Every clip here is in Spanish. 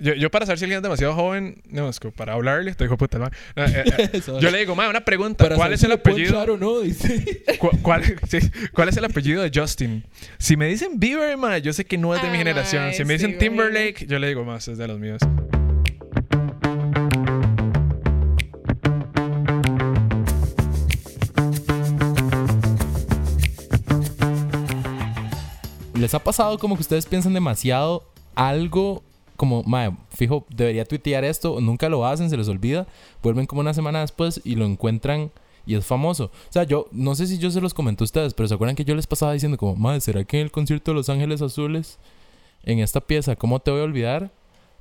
Yo, yo para saber si alguien es demasiado joven, no, es que para hablarle, estoy hijo de puta. no, no, eh, eh, Sorry. yo le digo, madre, una pregunta. Para ¿Cuál saber es si el lo puedo apellido? entrar o no, dice. cu- ¿Cuál, sí, ¿Cuál es el apellido de Justin? Si me dicen Bieber, madre, yo sé que no es de mi Ah, generación. Si me sí, dicen imagínate. Timberlake, yo le digo, más es de los míos. ¿Les ha pasado como que ustedes piensan demasiado algo como, mae, fijo, debería tuitear esto, nunca lo hacen, se les olvida, vuelven como una semana después y lo encuentran y es famoso. O sea, yo no sé si yo se los comenté a ustedes, pero se acuerdan que yo les pasaba diciendo como, mae, ¿será que en el concierto de Los Ángeles Azules, en esta pieza, ¿cómo te voy a olvidar?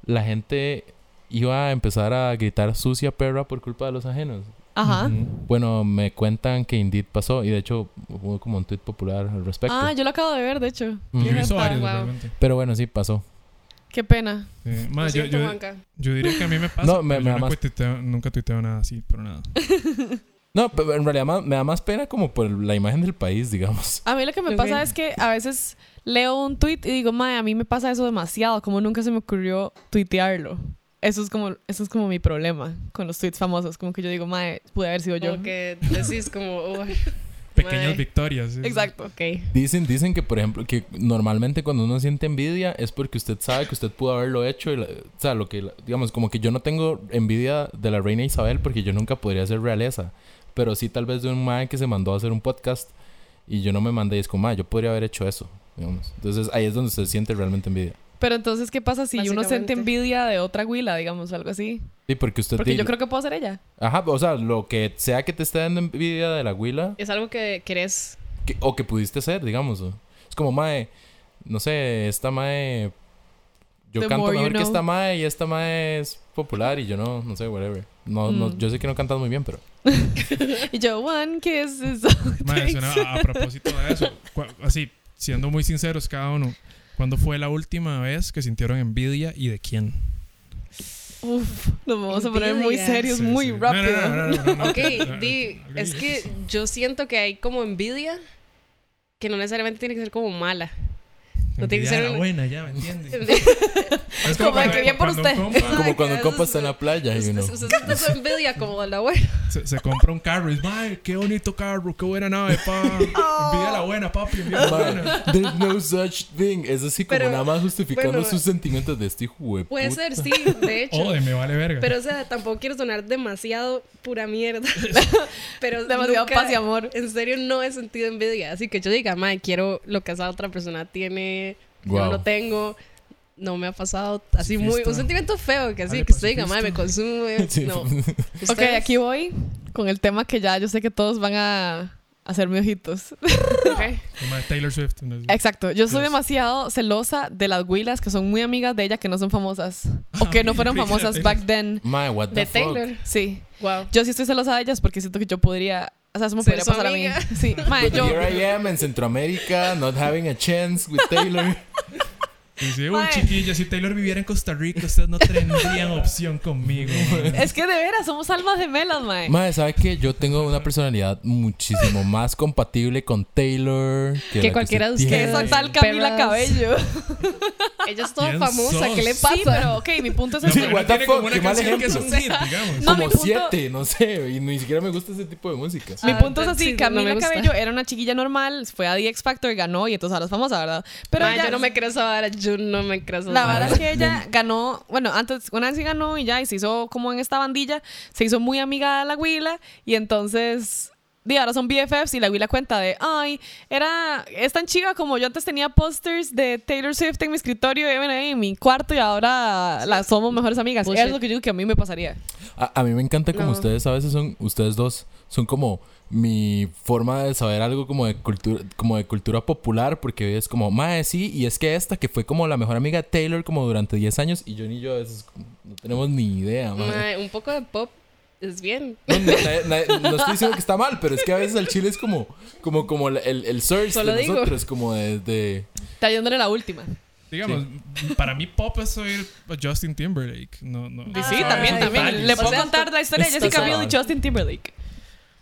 La gente iba a empezar a gritar sucia perra por culpa de los ajenos. Ajá. Ujú. Bueno, me cuentan que Indeed pasó y de hecho hubo como un tuit popular al respecto. Ah, yo lo acabo de ver, de hecho. Ujú. Qué Yo he visto jeta, varios, guau. Pues realmente. Pero bueno, sí, pasó. Qué pena. Sí. Lo Más, Ah, yo, siento, yo- Juanca. yo diría que a mí me pasa. No, me- pero me yo da más- nunca tuiteo, nunca tuiteo nada así, pero nada. No, pero en realidad ma- me da más pena como por la imagen del país, digamos. A mí lo que me Ok. pasa es que a veces leo un tweet y digo, madre, a mí me pasa eso demasiado, como nunca se me ocurrió tuitearlo. Eso es como, eso es como mi problema con los tweets famosos, como que yo digo, madre, pude haber sido yo. Como que decís como, uy, Pequeñas Mae. victorias. sí, sí. Exacto. Ok. Dicen, dicen que, por ejemplo, que normalmente cuando uno siente envidia es porque usted sabe que usted pudo haberlo hecho. y la- o sea, lo que, la- digamos, como que yo no tengo envidia de la reina Isabel porque yo nunca podría ser realeza. Pero sí tal vez de un mae que se mandó a hacer un podcast y yo no me mandé y es como, mae, yo podría haber hecho eso, digamos. Entonces ahí es donde se siente realmente envidia. Pero entonces, ¿qué pasa si uno siente Básicamente. envidia de otra huila, digamos, algo así? Sí, porque usted... Porque di- yo creo que puedo ser ella. Ajá, o sea, lo que sea que te esté dando envidia de la huila... es algo que querés. que- o que pudiste ser, digamos. o- Es como, mae, no sé, esta mae. Yo The canto more you mejor que know. esta mae y esta mae es popular y yo no, no sé, whatever. No, no, Mm. yo sé que no cantas muy bien, pero. Y yo, one kiss is Mae, suena- a, a propósito de eso, cua- así, siendo muy sinceros cada uno, ¿cuándo fue la última vez que sintieron envidia y de quién? Uf, nos vamos a poner muy Envidia. serios, Sí, muy sí. No, no, rápido. no, no, no, no, no. Ok, No, di, algo es que yo siento que hay como envidia que no necesariamente tiene que ser como mala. no tiene que envidia ser a la un- buena, ya, ¿me entiendes? es Como cuando- que bien por cuando un usted. compa Como Ay, cuando un qué compa está en la playa y Usted uno. usted siente su envidia como de la buena. se, se compra un carro y dice, "Mae, qué bonito carro, qué buena nave, pa. Envidia a la buena, papi, envidia a la "Mae, buena. There's no such thing. Es así como Pero, nada más justificando bueno, sus sentimientos de este juego. Puede ser, sí, de hecho. Oh, de me vale verga. Pero, o sea, tampoco quiero sonar demasiado pura mierda. Pero Demasiado nunca- paz y amor. En serio, no he sentido envidia. Así que yo diga, madre, quiero lo que esa otra persona tiene. Yo Guau. no lo tengo. No me ha pasado así muy. Pacifista. Un sentimiento feo que así, Dale, que usted diga, madre, pacifista. me consume. No. Ok, Ustedes- aquí voy con el tema que ya yo sé que todos van a hacerme ojitos. Ok. Y, mae, Taylor Swift. no sé. Exacto, yo soy Yes. demasiado celosa de las huilas que son muy amigas de ella que no son famosas o Ah, que no fueron mira, famosas mira. back then. Mae, what the De fuck. Taylor. Sí, Wow. yo sí estoy celosa de ellas porque siento que yo podría, o sea, eso me Ser podría su pasar a amiga. mí. Sí, mae, But yo here I am en Centroamérica, not having a chance with Taylor. Y dice, uy, Mae. chiquilla, si Taylor viviera en Costa Rica, ustedes no tendrían opción conmigo, mae". es que de veras somos almas gemelas, mae. Mae, ¿sabes qué? Yo tengo una personalidad muchísimo más compatible con Taylor que, Que la cualquiera de usted ustedes. tiene. Esa tal Camila Perras. Cabello. Ella es toda ¿Quién famosa. sos? ¿Qué le Sí, pasa? Sí, pero ok, mi punto es No, Sí, este. pero what the tiene como fuck, una qué mal canción que es un ejemplo. hit, digamos. No, mi Como punto- siete, no sé, y ni siquiera me gusta ese tipo de música. Mi Ah, punto es entonces así, sí, no Camila me gusta. Cabello era una chiquilla normal, fue a The X Factor, ganó y entonces ahora es famosa, ¿verdad? Pero Mae, ya- yo no me creo esa vara. Yo no me creo esa La vara. verdad es que ella ganó, bueno, antes, una vez sí ganó y ya, y se hizo como en esta bandilla, se hizo muy amiga de la Huila, y entonces, di, ahora son BFFs, y la Huila cuenta de, ay, era, es tan chiva como yo antes tenía pósters de Taylor Swift en mi escritorio, en, en mi cuarto, y ahora las somos mejores amigas. Bullshit. Es lo que yo digo que a mí me pasaría. A, a mí me encanta como No. ustedes a veces son, ustedes dos, son como mi forma de saber algo como de cultura, como de cultura popular, porque es como, mae, sí, y es que esta que fue como la mejor amiga de Taylor como durante 10 años, y yo ni yo a veces como, no tenemos ni idea, mae. Mae, un poco de pop es bien. No, no, na- na- no estoy diciendo que está mal, pero es que a veces el chile es como, como, como la- el, el search Solo de digo. nosotros, como de- de Trayéndole la última. Digamos, para mí pop es oír a Justin Timberlake. No, no. Ah, sí, sí, también, sí, también. sí. Le O puedo sea, contar la historia de esto Jessica se va. Biel y Justin Timberlake.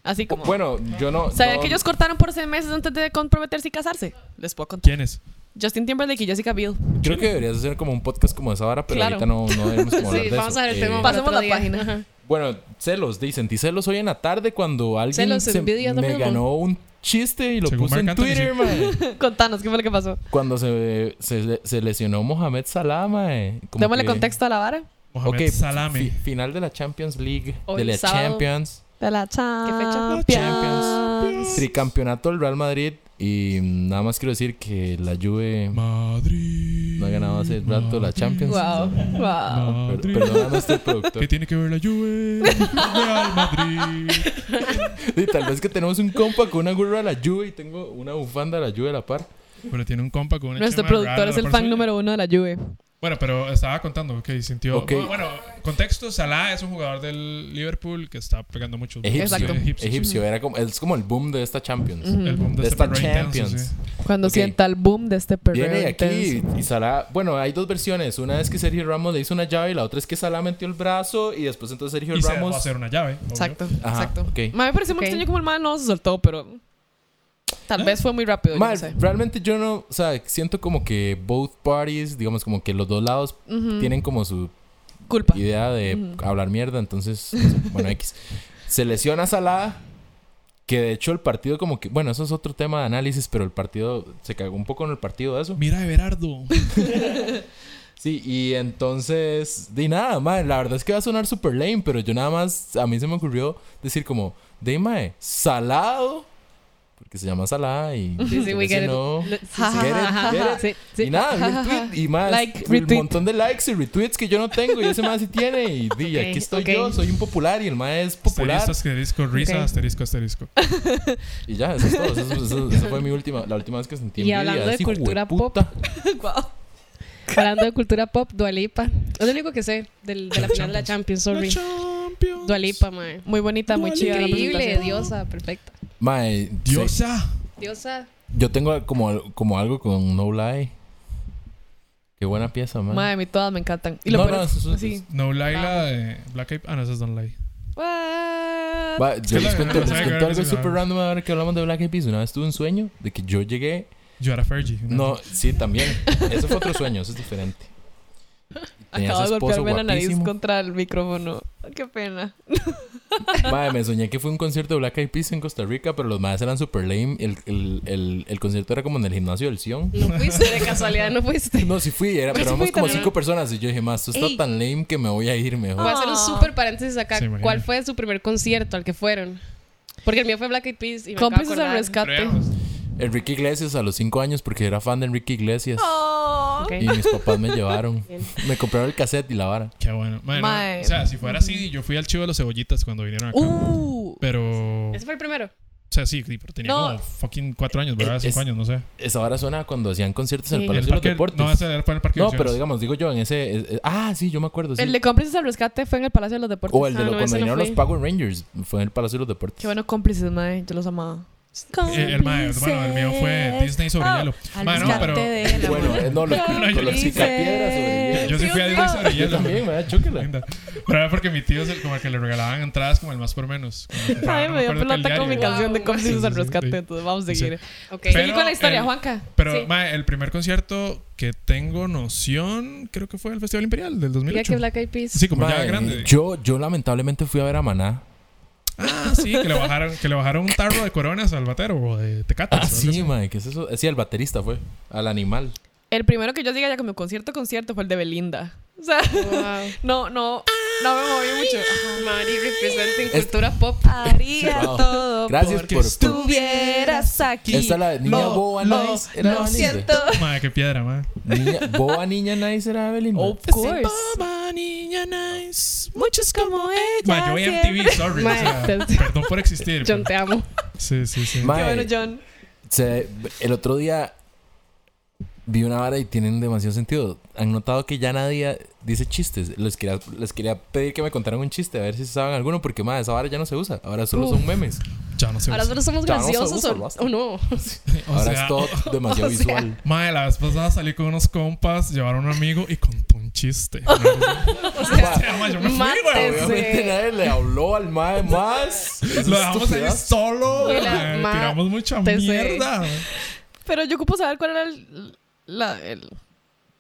Así como... Bueno, yo no. ¿Sabían no- que ellos cortaron por seis meses antes de comprometerse y casarse? Les puedo contar. ¿Quién es? Justin Timberlake y Jessica Biel. Creo que deberías hacer como un podcast como esa hora, pero Claro. ahorita no, no debemos como hablar Sí, de vamos eso. a ver el Eh, tema. para Pasemos otro la día. página. Ajá. Bueno, celos, dicen. Sentí celos hoy en la tarde cuando alguien Celos, se- envidia, es lo me mismo. ganó un chiste y lo Según puso en Marc Anthony, Twitter, mae. Contanos, ¿qué fue lo que pasó? Cuando se, se, se lesionó Mohamed Salah, mae. Como Démosle que- contexto a la vara. Mohamed Ok, Salame. fi- final de la Champions League, Hoy, de la sábado. Champions, De la fecha? Champions. Champions. tricampeonato del Real Madrid y nada más quiero decir que la Juve Madrid. no ha ganado hace rato la Champions. Wow, wow. Per- Madrid. Perdona a nuestro ¿Qué productor. tiene que ver la Juve? Real Madrid. Y tal vez que tenemos un compa con una gorra de la Juve y tengo una bufanda de la Juve a la par. Pero tiene un compa con una Nuestro chema rara productor a es la el par fan suya. número uno de la Juve. Bueno, pero estaba contando que sintió. Ok. Bueno, bueno, contexto: Salah es un jugador del Liverpool que está pegando muchos goles. Egipcio. Exacto. Egipcio. Egipcio. Era como, es como el boom de esta Champions. El boom de, De Mm. este esta perro intenso, Champions. sí. Cuando Ok. sienta el boom de este perreo Viene de aquí intenso. y Salah... Bueno, hay dos versiones. Una es que Sergio Ramos le hizo una llave y la otra es que Salah metió el brazo y después entonces Sergio Y se va a Ramos... hacer una llave. obvio. Exacto, Ajá, exacto. ok. Ma, Me pareció muy Ok. extraño como el mal no se soltó, pero tal vez fue muy rápido. Mal, yo no sé. realmente yo no, o sea, siento como que both parties, digamos como que los dos lados tienen como su Culpa. idea de hablar mierda, entonces, no sé, bueno, X. Se lesiona Salah, que de hecho el partido como que, bueno, eso es otro tema de análisis, pero el partido, se cagó un poco en el partido de eso. Mira a Everardo. Sí, y entonces, de nada, mae, la verdad es que va a sonar super lame, pero yo nada más, a mí se me ocurrió decir como, de mae, salado, porque se llama Salah y... Sí, sí, se we get it. lesionó. Lo- sí, sí, Ja, ja, sí. Get it, Ajá, get ajá, it. sí, sí. Y nada, vi un tweet y más. Like, un retweet. montón de likes y retweets que yo no tengo y ese más sí tiene. Y, di, Ok, aquí estoy ok. yo, soy impopular y el más es popular. asterisco, asterisco, risa, Ok. asterisco, asterisco. Y ya, eso es todo. Eso, eso- eso fue mi última, la última vez que sentí Y envidia. hablando de ese hijo cultura puta. Guau. Hablando de cultura pop, Dualipa. Es lo único que sé del- de la final de la Champions, sorry. Champions. Dualipa, mae. Muy bonita, muy chida. la Increíble, presentación. diosa, perfecta. Mae, sí, Diosa. Diosa. yo tengo como, como algo con No Lie. Qué buena pieza, mae. Madre mía, todas me encantan. Y lo No, peor no, es- eso es- así. No Laila de Black Eyed. Ah, no, esa es Don Lai. What? Va, yo les la- cuento, la- les la- cuento la- algo la- súper random ahora que hablamos de Black Eyed Peas. Una vez tuve un sueño de que yo llegué Yo era Fergie. No, sí, también. Ese fue otro sueño, eso es diferente. Tenía Acabo de ese esposo golpearme la nariz guapísimo. contra el micrófono. Oh, Qué pena. Madre, me soñé que fue un concierto de Black Eyed Peas en Costa Rica, pero los madres eran super lame. El, el, el, el concierto era como en el gimnasio del Sion. No fuiste, de casualidad no fuiste. No, sí fui, era, Pero pero sí éramos fui como también. cinco personas. Y yo dije, más, esto Ey. está tan lame que me voy a ir mejor. Voy a hacer un Ah. súper paréntesis acá. Sí, imagino. ¿Cuál fue su primer concierto al que fueron? Porque el mío fue Black Eyed Peas y me acabo de Cómplices al acordar. rescate. Enrique Iglesias a los cinco años, porque era fan de Enrique Iglesias. Oh. Ah, Ok. Ah, Y mis papás me llevaron. Bien. Me compraron el cassette y la vara. Qué bueno. Bueno, Mae. O sea, si fuera así, yo fui al chivo de los cebollitas cuando vinieron acá. Uh. Pero. Ese O fue el primero. sea, sí, pero tenía No. como fucking cuatro años, ¿verdad? Es- Cinco años, no sé. Esa vara suena cuando hacían conciertos en el Sí. Palacio El de los parque- Deportes. No, ese fue en el parque No, de pero diversiones. digamos, digo yo, en ese... es- es- ah, sí, yo me acuerdo. Sí. El de cómplices al rescate fue en el Palacio de los Deportes. O el de Ah, lo- no, cuando ese no vinieron los fui. Power Rangers. Fue en el Palacio de los Deportes. Qué buenos cómplices, madre. Yo los amaba. Eh, el mae, bueno, el mío fue Disney sobre hielo. Ah, Mae, no, pero. Bueno, eh, no, los, Bueno, con yo- los picapiedras sobre Yo sí fui a Disney sobre Yo hielo. también, ¿verdad? Chóquela. Linda. Pero era porque mi tío es el- como el que le regalaban entradas como el más por menos. Como que Ay, compraban, Ah, no me dio acuerdo qué pelota con mi diario. canción de Wow. cómplices Sí, al sí, sí, rescate. sí. entonces vamos a seguir. Ok. Pero- Seguí con la historia, el- Juanca. Pero, Sí. mae, el primer concierto que tengo noción, creo que fue el Festival Imperial del Diga 2008. que Black Eyed Peas. Sí, como ya Mae, grande. Yo, yo lamentablemente fui a ver a Maná. Ah, sí, que le bajaron, que le bajaron un tarro de coronas al batero o de tecates. Ah, o sí, algo mae, ¿qué es eso? Eh, Sí, al baterista fue. Al animal. El primero que yo llegué ya como concierto, concierto fue el de Belinda. O sea, Wow. no, no, no me moví mucho. Mari representing Es- cultura pop. Haría Wow. todo Gracias porque por- estuvieras aquí. Esta es la de Niña Lo- Boba lo- Nice. Era lo Belinda. siento. así. Mae, qué piedra, mae. Niña, Boa Niña Nice era Belinda. Of course. Boba, niña nice. Muchos como ella. Mae, yo voy a MTV, sorry. o Mae, sea, te- perdón por existir. John, te amo. Sí, sí, sí. Qué Mae, bueno, John. se- el otro día vi una vara y tienen demasiado sentido. Han notado que ya nadie dice chistes. Les quería, les quería pedir que me contaran un chiste, a ver si saben alguno, porque más esa vara ya no se usa. Ahora solo son memes. Ya no sé. Ahora solo somos Ya, no se graciosos usa, o, basta. o no. O Ahora sea, es todo demasiado o sea. visual. Mae, la vez pasada salí con unos compas, llevaron a un amigo y contó un chiste. O sea, mae, yo me fui, Mates. güey. Obviamente nadie le habló al mae más. Eso Lo es dejamos ahí estupidez. solo. Mira, mae, ma- tiramos mucha te sé. mierda. mae. Pero yo ocupo saber cuál era el, la- el-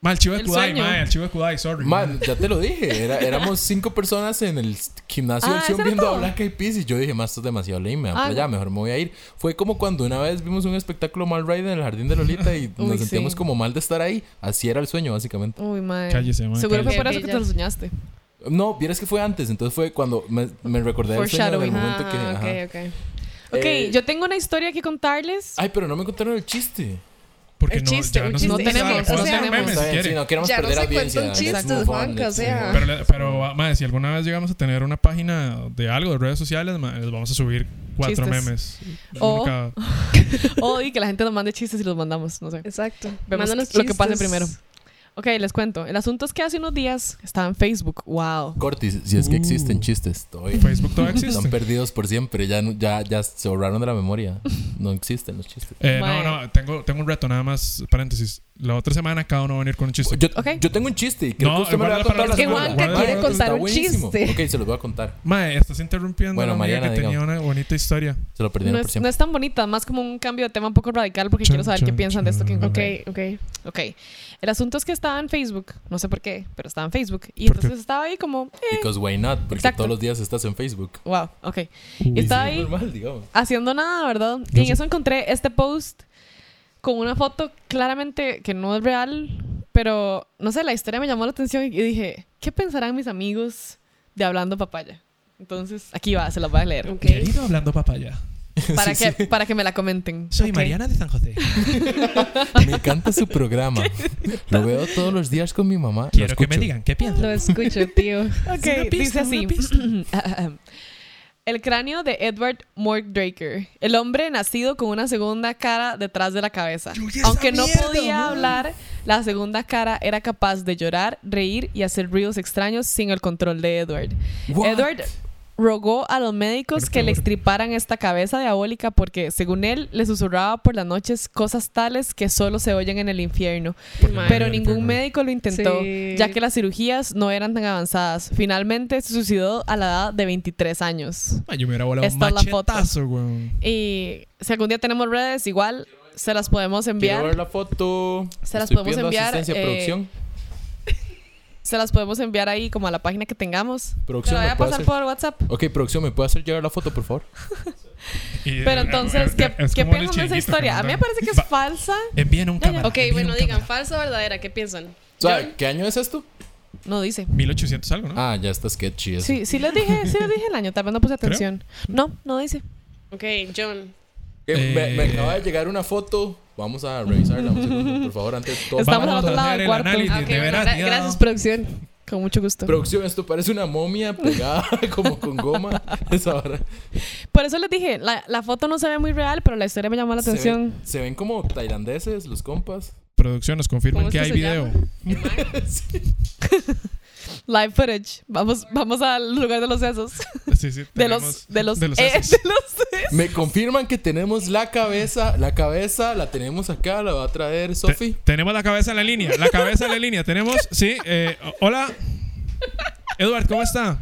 Ma, el chivo de El Kudai, sueño. ma, el chivo de Kudai, sorry. ma. Man, ya te lo dije. era- éramos cinco personas en el gimnasio Ah, del ¿ese Sion era viendo a todo? Blanca y Pis. Y yo dije, más, esto es demasiado lame. Me voy Ah. para allá, mejor me voy a ir. Fue como cuando una vez vimos un espectáculo mal ride en el jardín de Lolita y nos Uy, sentíamos sí. como mal de estar ahí. Así era el sueño, básicamente. Uy, madre. Cállese, madre, Seguro cállese. fue por eso que te lo soñaste. No, vieras que fue antes. Entonces fue cuando me, me recordé el sueño en el Foreshadowing. momento que. Ah, ajá. ok, ok. Ok, Eh, yo tengo una historia que contarles. Ay, pero no me contaron el chiste. Porque un no, chiste, ya un no, chiste. se No puede tenemos, usar, puede o hacer sea, memes Está si bien, quiere. sí, no queremos Ya no perder se audiencia. cuentan let's chistes, move on, Juanca, let's o sea. move on. Pero, le- pero madre, si alguna vez llegamos a tener una página de algo, de redes sociales, ma, les vamos a subir cuatro Chistes. memes. O- Uno cada- O y que la gente nos mande chistes y los mandamos, no sé. Exacto. Vemos Mándanos lo que pase chistes. primero. Ok, les cuento. El asunto es que hace unos días estaba en Facebook. Wow. Cortis, si es que Uh. existen chistes todavía. Facebook todavía Están existe. perdidos por siempre, ya, no- ya, ya se borraron de la memoria. No existen los chistes. Eh, no, Mae. no, tengo, tengo un reto, nada más, paréntesis. La otra semana cada uno va a venir con un chiste. Yo, Ok. yo tengo un chiste y creo No, que usted me lo va a guárdalo para contar la la Que semana. semana. Juanca Guárdalo para quiere la contar Está un buenísimo. chiste. Ok, se los voy a contar. Mae, estás interrumpiendo Bueno, a una amiga Mariana, que tenía digamos. una bonita historia. Se lo perdieron No por es, no siempre. es tan bonita, más como un cambio de tema un poco radical porque Chan, quiero saber qué chan, piensan de esto que chan. encontré. Ok, ok. Ok. El asunto es que estaba en Facebook, no sé por qué, pero estaba en Facebook. Y ¿Por qué? entonces estaba ahí como, eh, Because why not? Porque Exacto. todos los días estás en Facebook. wow, ok. Y estaba Es ahí normal, digamos. haciendo nada, ¿verdad? Yo Y en sí. eso encontré este post con una foto claramente que no es real, pero no sé, la historia me llamó la atención y dije, ¿qué pensarán mis amigos de hablando papaya? Entonces, aquí va, se las voy a leer. Ok. Querido hablando papaya. Para, Sí, que, sí. para que me la comenten. Soy Ok. Mariana de San José. Me encanta su programa. lo veo todos los días con mi mamá. lo Quiero que me escucho. digan qué Lo piensan. escucho, tío. Ok, Una pista, dice así. Ah, una pista. el cráneo de Edward Mordraker, el hombre nacido con una segunda cara detrás de la cabeza. Yuya, esa Aunque no mierda, podía man. hablar, la segunda cara era capaz de llorar, reír y hacer ruidos extraños sin el control de Edward. What? Edward rogó a los médicos Por que le favor. extriparan esta cabeza diabólica porque, según él, le susurraba por las noches cosas tales que solo se oyen en el infierno. Madre Pero del ningún infierno. médico lo intentó, Sí. ya que las cirugías no eran tan avanzadas. Finalmente se suicidó a la edad de 23 años. Mae, yo me hubiera volado un Esta es la foto. machetazo, weón. Y si algún día tenemos redes, igual se las podemos Quiero ver enviar. la foto. Se las Estoy podemos pidiendo enviar, Asistencia a eh, producción. Se las podemos enviar ahí como a la página que tengamos. Te Producción, la voy ¿me a puede pasar hacer? por WhatsApp. Ok, producción, ¿me puede hacer llegar la foto, por favor? Y, Pero eh, entonces, eh, ¿qué, es qué como el piensan de esa chiringuito historia? que A mí me mandaron. parece que es Va- falsa. Envíen un Ya, ya. cámara. Ok, envíen bueno, un digan, cámara. ¿falsa o verdadera? ¿Qué piensan? O sea, ¿Qué año es esto? No dice. 1800 algo, ¿no? Ah, ya está sketchy. eso. Sí, sí les dije, sí les dije el año, tal vez no puse atención. No, no dice. Ok, John. Eh, Me, me Eh. acaba de llegar una foto. Vamos a revisarla un segundo, por favor, antes de todo. Está- Estamos Vamos al otro a lado hacer del el cuarto. análisis, Ah, ok, de bueno, veras, gra- tío. gracias, producción. Con mucho gusto. Producción, esto parece una momia pegada como con goma. Esa vara. Por eso les dije, la, la foto no se ve muy real, pero la historia me llamó la Se ven- atención. Se ven, como tailandeses los compas. Producción, nos confirman ¿Cómo que es hay que se video. llama? Live footage. Vamos, vamos al lugar de los sesos. Sí, sí, De tenemos- los, de los, de los eh, E. sesos. de los sesos. Me confirman que tenemos la cabeza. La cabeza la tenemos acá, la va a traer Te- Sofi. Tenemos la cabeza en la línea. La cabeza en la línea. Tenemos, sí. eh, o- hola. Edward, ¿cómo está?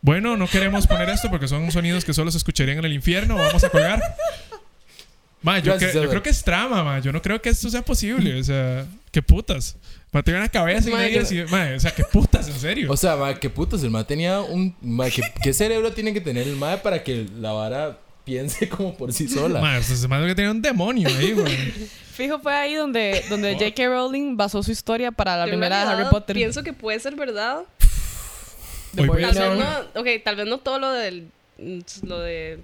Bueno, no queremos poner esto porque son sonidos que solo se escucharían en el infierno. Vamos a colgar. Ma, yo, Gracias, cre- yo Edward. creo que es trama, ma. Yo no creo que esto sea posible. O sea, qué putas. Ma, te una cabeza y Ma, media. yo- así, ma, o sea, qué putas, en serio. O sea, ma, qué putos, el ma tenía un. ma, ¿qué, qué cerebro tiene que tener el ma para que la vara piense como por sí sola? Ma, o sea, se me hace que tenía un demonio ahí, güey. Fijo, fue ahí donde, donde J.K. Rowling basó su historia para la Yo en primera de Harry realidad Potter. Pienso que puede ser verdad. The Hoy Boy voy a Tal Who hacer vez Loved una- Me. no, ok, tal vez no todo lo del lo de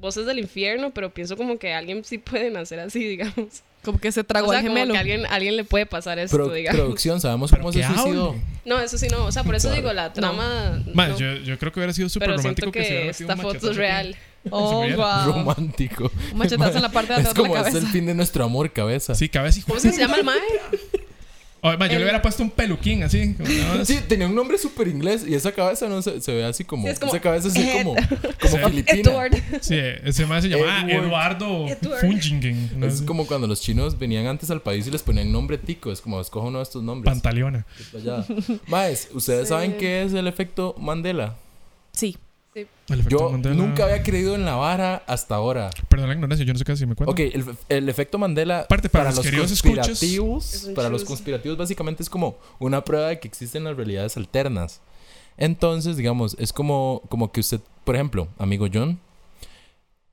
voces del infierno, pero pienso como que alguien sí puede nacer así, digamos. Como que se O tragó sea, al como gemelo. que a alguien, a alguien le puede pasar esto, Pro- digamos. producción, sabemos Pero cómo que se suicidó. hable. No, eso sí no. O sea, por eso Claro. digo la trama. Ma, no, yo, yo creo que hubiera sido súper pero siento romántico que, que, se hubiera sido esta un foto es machetazo real. Oh, Se wow. Romántico. Un machetazo en la parte de Es atrás de la como es cabeza. el fin de nuestro amor, cabeza. aquí. Sí, cabeza y ¿Cómo es que se llama el mae? Oye, ma, yo El- le hubiera puesto un peluquín así. como nada más. Sí, tenía un nombre súper inglés y esa cabeza no se, se ve así como, Sí, es como- Esa cabeza así Ed- como, como Sí. filipina. Edward. Sí, ese más se llamaba Eh, Edward. Eduardo Edward. Fungingen. ¿no? Es como cuando los chinos venían antes al país y les ponían nombre tico. Es como, escoja uno de estos nombres. Pantaleona. Allá. Maes, ¿ustedes saben qué es el efecto Mandela? Sí. El efecto Yo Mandela- nunca había creído en la vara hasta ahora. Perdón la ignorancia, yo no sé casi me cuento. Ok, el, el efecto Mandela Parte para los queridos escuchas. Es conspirativos, un para los chus. conspirativos básicamente es como una prueba de que existen las realidades alternas. Entonces, digamos, es como, como que usted, por ejemplo, amigo John,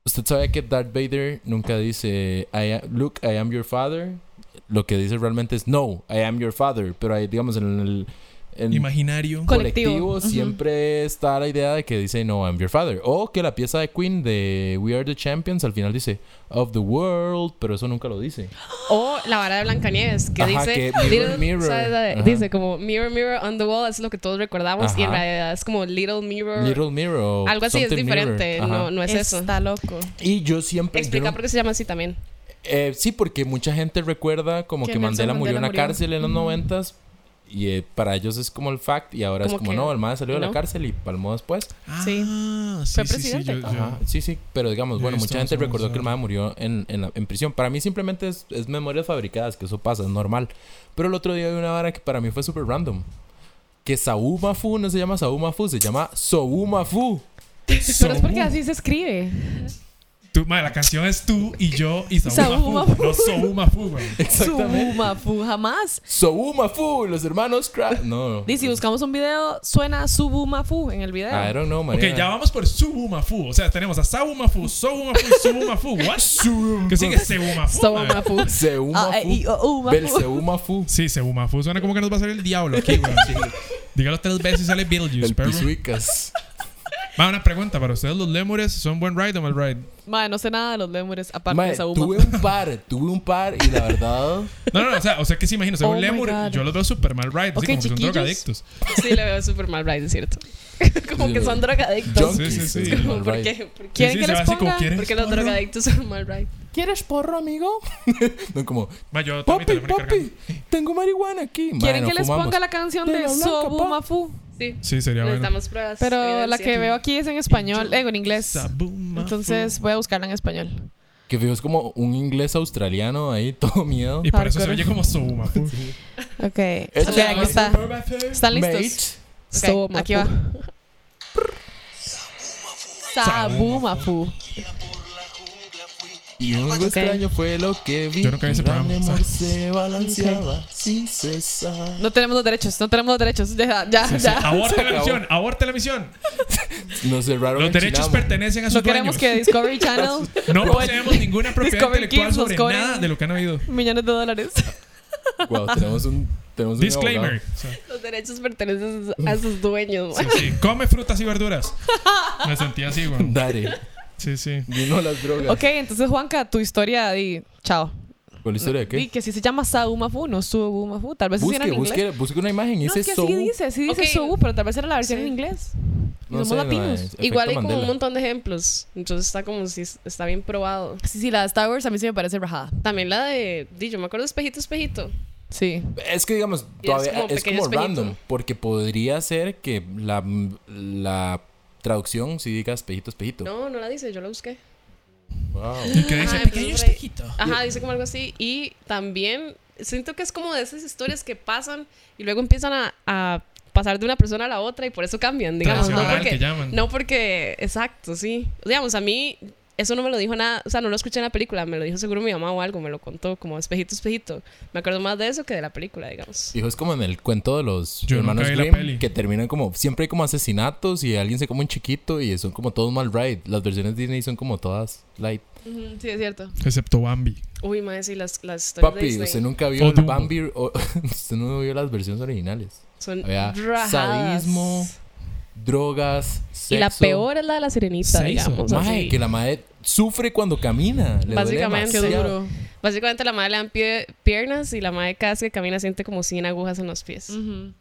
usted sabe que Darth Vader nunca dice, I am- look, I am your father. Lo que dice realmente es, no, I am your father. Pero ahí, digamos, en el... en- Imaginario. Co- colectivo, Colectivo. Ujú. siempre está la idea de que dice no I'm your father o que la pieza de Queen de We Are the Champions al final dice of the world pero eso nunca lo dice O la vara de Blancanieves, que Ajá, dice. que mirror, little- mirror. ¿sabes la de- Ajá. Dice como Mirror, Mirror on the Wall, es lo que todos recordamos. Y en Ajá. realidad es como Little Mirror. Little Mirror algo así, es something mirror. diferente. Ajá. No, no es eso. Está loco. y yo siempre yo Explica no- por qué se llama así también. eh, sí porque mucha gente recuerda como Que que, Nelson Mandela, murió en la Mandela murió. cárcel en los noventas y eh, para ellos es como el fact y ahora es Como como que- no el man salió de ¿no? la cárcel y palmó después Ah, Sí. sí, Fue sí, sí, presidente. yo- yo- Ajá, sí, sí, pero digamos, Yo he bueno, visto mucha más gente o menos, recordó que el ajá. mae murió en, en, la- en prisión. Para mí simplemente es, es memorias fabricadas, que eso pasa, es normal. Pero el otro día vi una vara que para mí fue súper random. Que Saúl Mafú no se llama Saúl Mafú, se llama Soú Mafú. Pero es porque Saúl. así se escribe. Tú, madre, la canción es tú y yo y Saúl Saúl Mafu. No Saúl Mafu, güey. Exactamente. Subumafu, jamás. Soú Mafú, los hermanos Cra... No. Y si buscamos un video, suena Subumafu en el video. I don't know, Ok, María. ya vamos por Subu Mafu. O sea, tenemos a Saúl Mafu, Sobu Mafu y Subu Mafu. ¿What? ¿Qué sigue? Sebu Mafu. madre. Subumafu. Seú Ah, eh, y, Mafú. oh, uh, Bel Mafu. Seú Mafú. Sí, Sebu Mafu. Suena como que nos va a salir el diablo aquí, güey. Dígalo tres veces y sale Beetlejuice, El perro. Pizuicas. Va, una pregunta para ustedes. ¿Los lémures son buen ride o mal ride? Mae, no sé nada de los lémures, aparte Mae, de Subumafu. tuve un par, tuve un par y la verdad... No, no, no. O sea, o sea que se imagino. O sea, Oh un my lémur, God. yo los veo súper mal ride. Ok, así como que son chiquillos. drogadictos. Sí, le veo súper mal, Brian, es cierto. como Sí, que son drogadictos. Junkies. sí, sí. es Como, mal ¿Por ride. qué? ¿Por Sí, qué? ¿Quieren sí, que se les va así como ponga? quieren. ¿Por qué los drogadictos son mal, Brian? ¿Quieres porro, amigo? no, como, Va, yo tengo mi papi, teléfono cargando. papi, tengo marihuana aquí. Mae, ¿Quieren no que les fumamos. ponga la canción De de la blanca, pa. Subumafu? Sí. Sí, sería bueno. Necesitamos pruebas. Pero la evidencia. que veo aquí es en español, eh, en inglés. Sabu Mafu. Entonces voy a buscarla en español. Que fijo, es como un inglés australiano ahí, todo miedo. Y por eso se Hardcore. oye como Subu Mafu. Ok. Es Ok, la- aquí está. ¿Están listos? Mate. Ok, aquí va. Sabumafu. Y algo extraño fue lo que vi. Yo nunca vi ese Un gran programa. amor se balanceaba sin cesar. No tenemos los derechos, no tenemos los derechos. Ya, ya, Sí, sí. ya. Aborta la acabó. misión, aborta la misión. Nos cerraron Los en derechos Chinamo. pertenecen a sus No queremos dueños. que Discovery Channel No poseemos ninguna propiedad Discovery intelectual Kids nos sobre cobren. nada de lo que han oído. millones de dólares. Guau, tenemos un... Tenemos un Disclaimer. abogado. O sea, Los derechos pertenecen a sus dueños. sí, sí. Come frutas y verduras. Me sentí así, güey. Dale, Sí, sí. y no las drogas. ok, entonces Juanca, tu historia, di, chao. ¿Cuál historia de Di qué? que si se llama Sabumafu, no Subumafu. Tal vez sí era Busque, en inglés. busque, busque una imagen y No, ese es que Soul. sí dice, sí dice Ok. Sobu, pero tal vez era la versión Sí. en inglés. Y No somos sé, mae, latinos. efecto Igual hay como Mandela. un montón de ejemplos. Entonces está como si es- está bien probado. Sí, sí, la de Star Wars a mí sí me parece rajada. También la de. Di, yo me acuerdo de Espejito, Espejito. Sí. Es que digamos, Y es todavía como es como, pequeño espejito. random, porque podría ser que la, la traducción si diga espejito, espejito. No, no la dice, yo la busqué. Wow. ¿Y qué dice? Ay, Pequeño pues, por ahí. espejito. Ajá, dice como algo así. Y también siento que es como de esas historias que pasan y luego empiezan a, a pasar de una persona a la otra y por eso cambian, digamos. No Tradición oral que porque, llaman. no porque, exacto, sí. Digamos, a mí eso no me lo dijo nada, o sea, no lo escuché en la película, me lo dijo seguro mi mamá o algo, me lo contó como espejito, espejito. Me acuerdo más de eso que de la película, digamos. Hijo, es como en el cuento de los Yo nunca hermanos vi la Grimm, peli. que terminan como, siempre hay como asesinatos y alguien se come un chiquito y son como todos mal ride. Las versiones Disney son como todas light. Sí, es cierto. Excepto Bambi. Uy, madre, sí, las, las historias de Papi, Disney usted nunca vio O el Dumbo. Bambi, o- usted no vio las versiones originales. son Había rajadas. sadismo, drogas, sexo. Y la peor es la de la sirenita, Sexo. digamos. Mae, así. que la madre sufre cuando camina. Le duele Básicamente, Qué Sí. demasiado. duro. Básicamente la madre le dan pie- piernas y la madre cada vez que camina siente como 100 agujas en los pies. Ujú.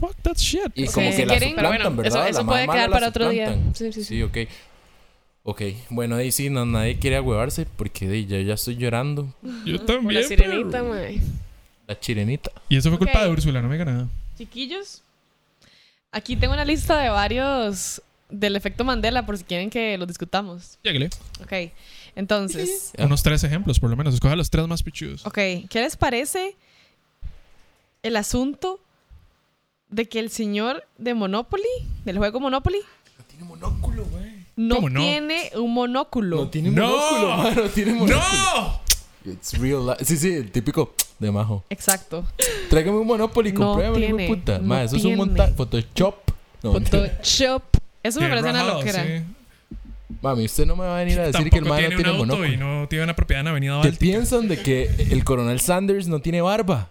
Fuck that shit. Y Ok. como que Si la quieren, pero suplantan, bueno, ¿verdad? eso- eso La puede mamá quedar la para otro día. suplantan. Sí, sí, sí. ok. Ok, bueno, ahí sí, no, nadie quiere agüevarse porque de, yo ya estoy llorando. Yo Como la también. sirenita, perro. mae. La chirenita. Y eso fue culpa Ok. de Úrsula, no me diga nada. Chiquillos, aquí tengo una lista de varios del efecto Mandela por si quieren que lo discutamos. Lléguele. Ok, entonces, Ya. Unos tres ejemplos, por lo menos. Escoja los tres más pichudos. ok, ¿qué les parece el asunto de que el señor de Monopoly, del juego Monopoly, tiene monóculo, güey. No, ¿Cómo no? tiene un monóculo. No tiene ¡No! monóculo, mae, no tiene monóculo. ¡No! It's real life. Sí, sí, el típico de majo. Exacto. Tráigame un Monopoly, No compruébame, hijo de tiene, puta. no Mae, eso es tiene. un montaje. Photoshop. No, mentira. Photoshop. Eso me Qué parece una rajado, loquera. sí. Mami, usted no me va a venir a decir Tampoco que el mae no tiene un tiene auto monóculo. y no tiene una propiedad en Avenida ¿Qué Báltica. piensan de que el coronel Sanders no tiene barba?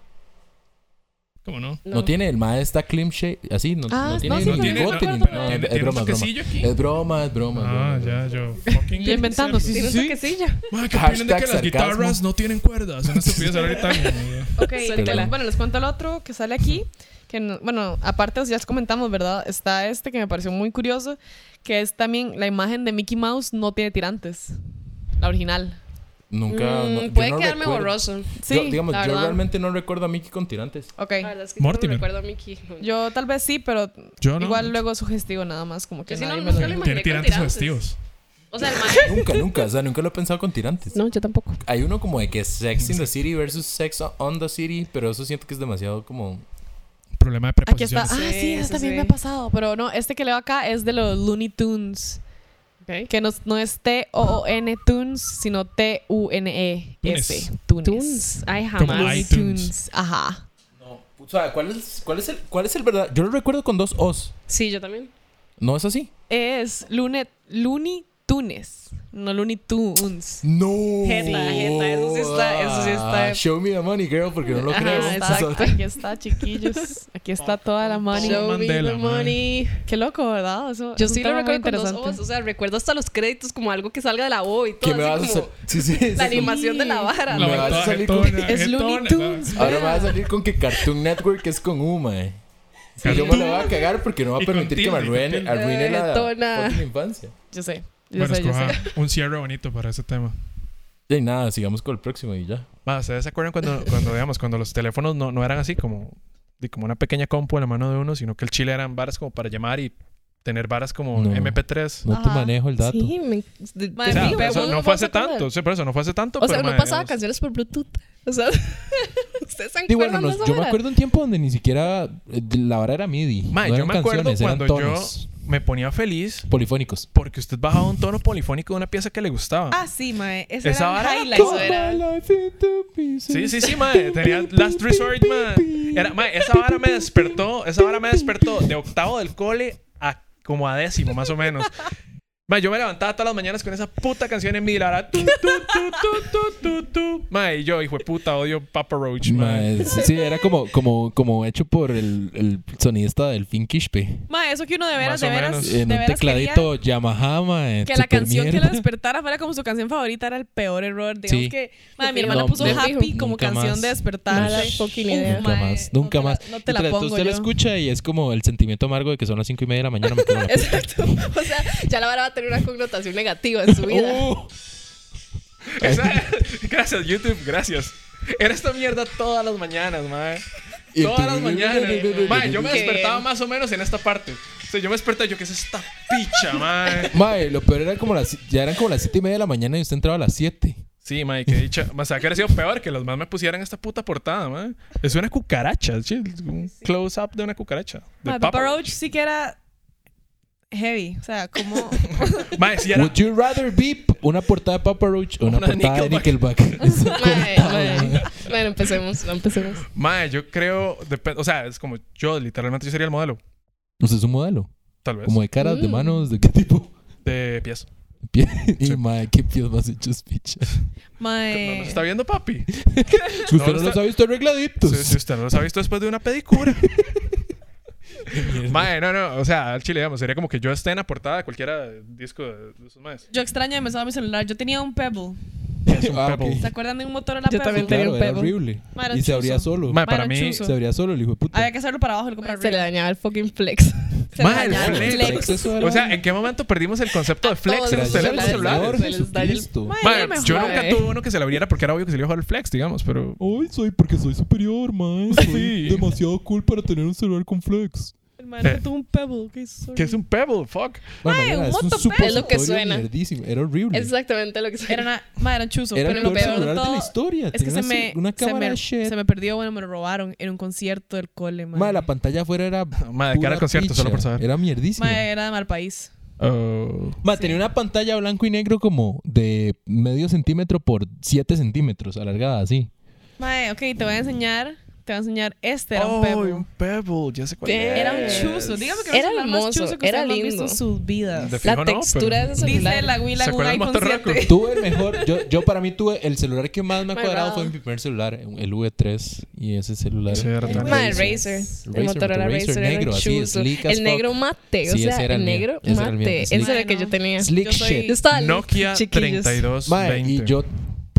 ¿Cómo no? No, tiene, el mae está clean shave, así, no, Ah, no no, tiene ni sí, pero tiene, no bigote ni recuerdo. nada. tiene- Es tiene un broma, es broma. toquecillo aquí. Es broma, es broma. es broma, Ah, es ya, broma. yo. Fucking Yo inventando, sí, Tiene sí, un sí. toquecillo. Mae, ¿qué opinan de que Hashtag las sarcasmo. guitarras no tienen cuerdas? Una estupidez ahorita. Ok, Suéltela. bueno, les cuento el otro que sale aquí. Que no- bueno, aparte ya os comentamos, ¿verdad? Está este que me pareció muy curioso, que es también la imagen de Mickey Mouse no tiene tirantes. La original. Nunca. Mm, no- yo puede no quedarme recuerdo. borroso. Sí, yo, digamos, la yo verdad. realmente no recuerdo a Mickey con tirantes. Ok. La verdad es que yo Mortimer. no recuerdo a Mickey. Yo, Yo tal vez sí, pero Yo no. igual luego sugestivo nada más, como que sí no, nadie me nunca lo- lo imaginé. Tiene con tirantes tirantes. festivos. O sea, el mae. Nunca, nunca, o sea, nunca lo he pensado con tirantes. No, yo tampoco. Hay uno como de que Sex in the City versus Sex on the City, pero eso siento que es demasiado como. Problema de Aquí está. Ah, preposiciones. Sí, sí, este sí, también sí. me ha pasado. Pero no, este que leo acá es de los Looney Tunes. Okay. Que no, no es T-O-O-N Tunes, sino T-U-N-E-S. E Tunes. Tunes. Ay, Como jamás. hay. Looney iTunes. Tunes. Ajá. No. O sea, ¿cuál es, cuál es, el, cuál es el verdad? Yo lo recuerdo con dos O's. Sí, yo también. ¿No es así? Es Lune, Looney Tunes. No Looney Tunes. No. Jeta, jeta, eso sí está- eso sí está- Ah, Show me the money, girl, porque no lo Ah, Ajá, creo. exacto. Aquí está, chiquillos. Aquí está toda la money. Show me Mandela, the mae. Qué loco, ¿verdad? Eso, Yo es un sí lo tema muy recuerdo con dos O's, interesante. o sea, recuerdo hasta los créditos como algo que salga de la O y todo. ¿Qué me así vas a como hacer? Sí, sí. sí, La como- animación de la vara. La Me vas ¿no? a verdad salir con- Ah, Es Looney Tunes. Ahora me va a vea. salir con que Cartoon Network es con U, mae. Y yo me la voy a cagar porque no va a Y con permitir que me tilde, y con arruine, tilde. arruine la Reguetona. fucking infancia. Yo sé. Yo Bueno, sé, yo sé. escoja un cierre bonito para ese tema. Y nada, sigamos con el próximo y ya. Ma, ¿Ustedes se acuerdan cuando, cuando, digamos, cuando los teléfonos no, no eran así como, de como una pequeña compu en la mano de uno, sino que el chile eran varas como para llamar y tener varas como No. MP3? No te Ajá. manejo el dato. Ah, Sí, me. de- Madre O te sea, Sí, digo, o sea, vos no lo fue vas a hace acordar. tanto, sí, por eso no fue hace tanto. O sea, pero, uno ma, pasaba digamos, canciones por Bluetooth. O sea, ustedes se Sí, acuerdan bueno, de nos- esa yo me vara? acuerdo un tiempo donde ni siquiera eh, la vara era MIDI. Ma, no yo eran me acuerdo canciones, eran cuando yo tonos me ponía feliz polifónicos. porque usted bajaba un tono polifónico de una pieza que le gustaba. Ah, sí, mae. Ese Esa era vara el era highlight. todo. era. Sí, sí, sí, mae. Tenía Last Resort, mae. Era, mae, esa vara me despertó. Esa vara me despertó de octavo del cole a como a décimo, más o menos. Mae, yo me levantaba todas las mañanas con esa puta canción en mi lara. Tu, tu, tu, tu, tu, tu, tu. Mae, y yo, hijo de puta, odio Papa Roach, mae. Ma, sí, sí, era como, como, como hecho por el, el sonidista del Finquishpe. Ma, eso que uno de Más veras, o de veras, menos. de En un veras quería tecladito eh, Yamaha, ma, que la super canción que mierda. la despertara fuera como su canción favorita era el peor error. Digamos Sí. que ma, mi fijo. hermana No, puso de Happy fijo. como Nunca canción más. de despertar. Nunca fucking Uf, idea. Nunca mae, más, nunca no te la- más. No te la, Entonces, pongo Usted la yo. escucha y es como el sentimiento amargo de que son las 5 y media de la mañana. me quedo en la puta. Exacto. O sea, ya la vara va a tener una connotación negativa en su vida. Uh, Esa- gracias, YouTube, gracias. Era esta mierda todas las mañanas, mae. Y el Todas las mañanas. Mae, yo me Qué despertaba bien. más o menos en esta parte. O sea, yo me despertaba y yo, ¿qué es esta picha, mae? Mae, lo peor era como las, ya eran como las 7 y media de la mañana y usted entraba a las 7. Sí, mae, que dicha. Más ha sido peor que los más me pusieran esta puta portada, mae. Es una cucaracha, sí, es un close-up de una cucaracha. De Ma, Papa, Roach sí que era heavy. O sea, como. Mae, sí era. Would you rather be p- una portada de Papa Roach o una, Una de portada de Nickelback. Nickelback? Es un Mae, contado, mae. mae. Bueno, empecemos, no empecemos. Mae, yo creo. depe- O sea, es como yo, literalmente, yo sería el modelo. O sea, es un modelo. Tal vez. Como de caras, de Mm. manos, de qué tipo. De pies. Pie- Y Sí. mae, qué pies más hechos, picha. No mae. nos está viendo, papi. Si no usted no, está- los ha visto arregladitos. Si, si usted no los ha visto después de una pedicura. mae, no, no. O sea, al chile, digamos, sería como que yo esté en la portada de cualquiera disco de, de esos maes. Yo extraño demasiado mi celular. Yo tenía un Pebble. Es un Ah, pebble. ok. ¿Se acuerdan de un motor a la Yo Pebble? también tenía Claro, un era pebo. horrible. Ma, era Y se chuzo. abría solo. Mae, Ma, para era mí. chuzo. Se abría solo el hijo de puta. Había que hacerlo para abajo, el comprar Se le dañaba el fucking flex. Se le Ma, el dañaba flex. el Para flex. exceso era- O sea, ¿en qué momento perdimos el concepto de flex todos en los los teléfonos celulares. celulares? se les daña el- Jesucristo. Ma, Mae, era mejor. yo nunca eh. tuve uno que se le abriera porque era obvio que se le iba a jugar el flex, digamos, pero. Ay, soy porque soy superior, mae. Soy Sí. demasiado cool para tener un celular con flex. El mae nunca tuvo un Pebble. Qué sorry. Que es un pebble, fuck. Mae, Mae, era- un es un motoped. supositorio Es lo que suena. mierdísimo, Era horrible. Exactamente lo que se Era una, ma, era un chuzo. Era pero el lo peor peor de celular de todo la historia. es que Tenía se una- me, una se, cámara me, shit. se me perdió, bueno, me lo robaron en un concierto del cole, ma. Ma, la pantalla afuera era. Ma, de cara al pura concierto, solo por picha. saber. Era mierdísimo. Ma, era de mal país. Oh. Ma, tenía una pantalla blanco y negro como de medio centímetro por 7 centímetros, alargada así. Mae, ok, te voy a enseñar. Te voy a enseñar. Este era un Oh, pebble. un pebble. Ya sé cuál es. Era un chuzo. Dígame que no es Pues, Era el celular más hermoso, chuzo que ustedes era han lindo. visto en sus vidas. De fijo La no, pero- textura de ese Dice celular. la Wii ¿Se la un acuerdan iPhone del Motorraco? 7. Tuve el mejor, yo, yo para mí tuve el celular que más me ha My cuadrado God. fue mi primer celular, el V3 y ese celular. Ese era tan Ma, el lindo. Razer. Razer, El Motorola Razer Razer. era negro, un así, chuzo. sleek as El fuck. negro mate. O Sí, ese sea, era el el mío, negro ese era el mío, mate. Ese sleek. era el que Ay, no. yo tenía. Slick Yo soy- shit. Yo estaba Nokia chiquillos. 3220. Mae, y yo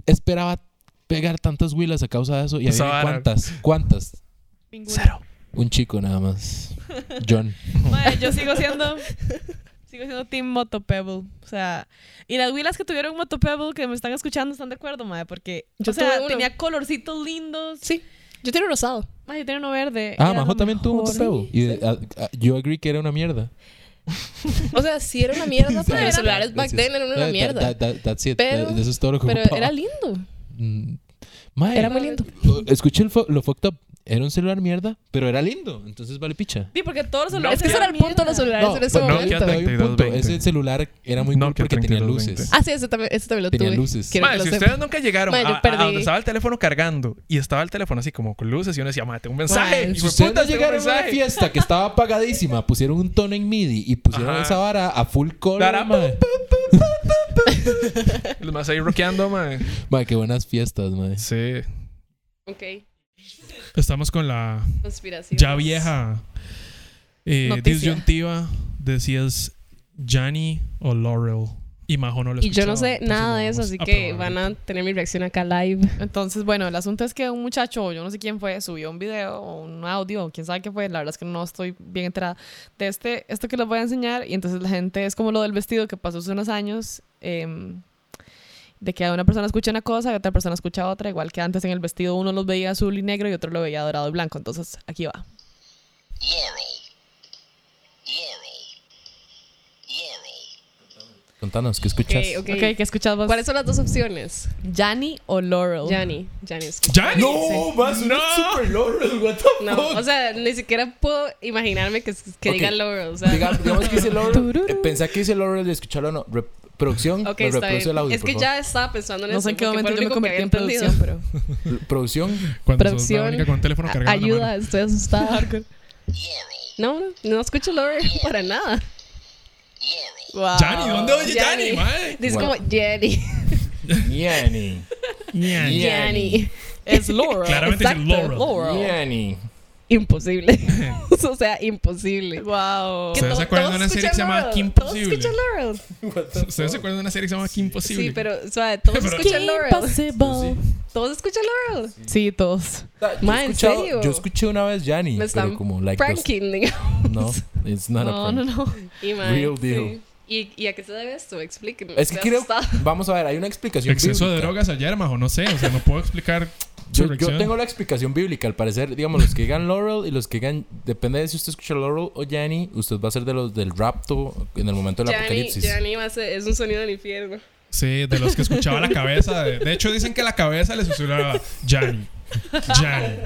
esperaba pegar tantas huilas a causa de eso. Y Esa adivinen vara. cuántas, cuántas. Cero. Un chico nada más. John. Mae, yo sigo siendo. Sigo siendo Team Moto Pebble. O sea, y las Willas que tuvieron Moto Pebble que me están escuchando están de acuerdo, madre, porque Yo o sea, tuve uno. tenía colorcitos lindos. Sí. Yo tenía rosado. Mae, yo tenía uno verde. Ah, era Majo lo también tuvo un mejor. Pebble. Y de- a- a- yo agree que era una mierda. O sea, sí era una mierda, pero los celulares back Gracias. then eran Eh, una that- mierda. that- that- that's it. Pero- Eh, eso es todo lo que Pero ocupaba. era lindo. Mm. Mae, Era muy lindo. Escuché el fo- lo fucked up. Era un celular mierda, pero era lindo. Entonces vale picha. Sí, porque todos los No, celulares. Ese era el punto de los celulares No, en ese bueno, pues Nokia momento. Te doy un punto. 3220. Ese celular era muy cool Nokia porque tenía 3220. luces. Ah, sí, ese también, ese también lo Tenía tuve. luces. Quiero Ma, que lo si sepa. ustedes nunca llegaron Ma, yo a- a, perdí. donde estaba el teléfono cargando y estaba el teléfono así como con luces y uno decía, madre, tengo un mensaje. Ma, y Si fue, ustedes "Puta, no tengo un llegaron a una mensaje". fiesta que estaba apagadísima, pusieron un tono en MIDI y pusieron Ajá. esa vara a full color. Dará- Madre, Los más ahí rockeando, madre. qué buenas fiestas, madre. Sí. Ok. Estamos con la Conspiración. ya vieja eh, Noticia. disyuntiva de si es Gianni o Laurel. Y Majo no lo Y yo escuchaba, no sé entonces nada lo de eso, vamos así a que probar. van a tener mi reacción acá live. Entonces, bueno, el asunto es que un muchacho, yo no sé quién fue, subió un video o un audio, quién sabe qué fue, la verdad es que no estoy bien enterada de este, esto que les voy a enseñar. Y entonces la gente es como lo del vestido que pasó hace unos años, em, de que a una persona escucha una cosa, y otra persona escucha otra, igual que antes en el vestido uno los veía azul y negro y otro lo veía dorado y blanco. Entonces, aquí va. Laurel. Laurel. Laurel. Contanos, ¿qué escuchas? Ok, ok. Ok, ¿qué escuchas vos? ¿Cuáles son las dos opciones? ¿Yanni o Laurel? Yanni. Yanni es que- ¡Gianni! más No. super loro, what the No, Oh. o sea, ni siquiera puedo imaginarme que, que Ok. diga Laurel. O sea, Diga- digamos que hice loro. Tururú. eh, pensé que hice loro de escucharlo, no. Re- producción, ok, me está reproduce bien. el audio. es por que favor. ya estaba pensando en No eso. sé en qué porque fue momento lo yo me único que convertí había en entendido. producción, pero... L- Producción, Cuando sos la Producción. única con el teléfono cargado en la Ayuda, mano. estoy asustada. No, no, no escucho Laurel para nada. Wow. Gianni, ¿dónde oye Gianni. Gianni, madre? Dice Bueno. como Jenny. Niani. Gianni. Jenny. Es Laurel. Claramente dice Exacto, Laurel. Laurel. Niani. Imposible. o sea, imposible. Wow. ¿Ustedes se acuerdan de una serie que se llama Kim Possible? Todos escuchan Laurel. ¿Ustedes se acuerdan de una serie que se llama Kim Imposible? Sí, pero, o sea, todos Pero- escuchan Laurel. Impossible. Todos escuchan Laurel. Sí, todos. Ma, he ¿en escuchado- serio? Yo escuché una vez Yanni, Me pero están como like dos- pranking, digamos. No, it's not a No, prank. no, no. Y, mae, Real sí. deal. ¿Y, y a qué se debe esto? Explíquenme. Es que Estoy creo. asustada. Vamos a ver, hay una explicación. Exceso de bíblica. drogas ayer, majo, no sé. O sea, no puedo explicar su Yo, yo reacción. tengo la explicación bíblica, al parecer, digamos, los que digan Laurel y los que digan, depende de si usted escucha Laurel o Yanni, usted va a ser de los del rapto en el momento del Gianni, apocalipsis. Gianni va a ser- es un sonido del infierno. Sí, de los que escuchaba la cabeza. De, de hecho, dicen que la cabeza le susurraba Gianni. Gianni.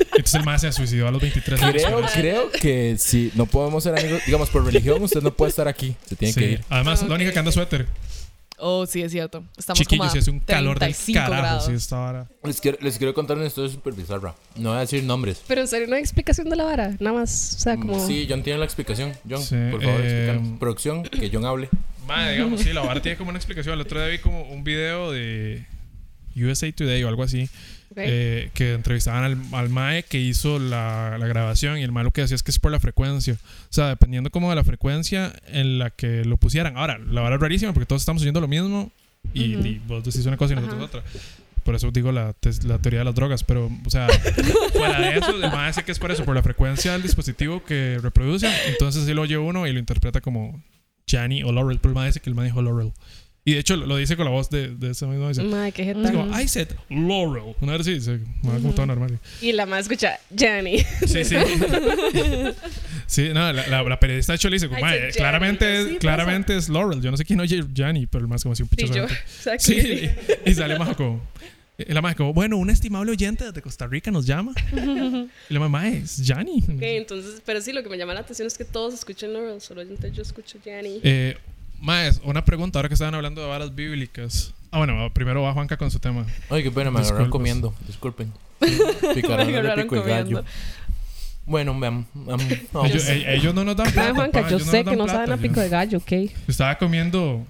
Entonces el más se suicidó a los 23 años. Creo, creo que si no podemos ser amigos, digamos, por religión, usted no puede estar aquí, se tiene Sí. que ir. Además, es la única que anda suéter. Oh, sí, es cierto. Estamos como Chiquillos, a sí, es un calor del 35 carajo. grados. Sí, esta hora. Les quiero, les quiero contar una historia súper bizarra. No voy a decir nombres. Pero en serio, no hay explicación de la vara. Nada más. O Mm, sea, como. Sí, John tiene la explicación. John, Sí, por favor, eh, explícanos. Producción, que John hable. Madre, digamos, sí, la vara tiene como una explicación. El otro día vi como un video de USA Today o algo así. ok. eh, que entrevistaban al, al MAE que hizo la, la grabación y el MAE lo que hacía es que es por la frecuencia. O sea, dependiendo como de la frecuencia en la que lo pusieran. Ahora, la vara es rarísima porque todos estamos oyendo lo mismo y, Ujú. y vos decís una cosa y nosotros Ajá. otra. Por eso digo la, te- la teoría de las drogas, pero, o sea, fuera de eso, el MAE dice que es por eso, por la frecuencia del dispositivo que reproduce. Entonces, sí lo oye uno y lo interpreta como Gianni o Laurel, pero el MAE dice que el MAE dijo Laurel. Y de hecho, lo, lo dice con la voz de, de ese mismo. Dice, Madre, qué jeta. es como, I said Laurel. Una vez sí, sí, como todo normal. Y la más escucha, Gianni. Sí, sí. sí, no, la, la, la periodista de hecho le dice, como, I "Mae, said Gianni". claramente, es, Sí, pasa. claramente es Laurel. Yo no sé quién oye Gianni, pero el más como si un Y pichazo. yo. Sí, y, y sale más como, Y la madre como, bueno, un estimable oyente desde Costa Rica nos llama. y la mamá es Yanni. Ok, entonces, pero sí, lo que me llama la atención es que todos escuchan Laurel, solo yo, yo escucho Jenny. Eh, Maes, una pregunta ahora que estaban hablando de varas bíblicas. Ah, bueno, primero va Juanca con su tema. Ay, qué pena, me agarraron Disculpas. comiendo. Disculpen. Picaron Me de agarraron pico y comiendo. gallo. Bueno, vean. am- Ah, no. ellos, e- ellos no nos dan plata. Ay, Juanca, pa, yo ellos no sé nos que dan no plata, saben a yo- pico de gallo, ok. Estaba comiendo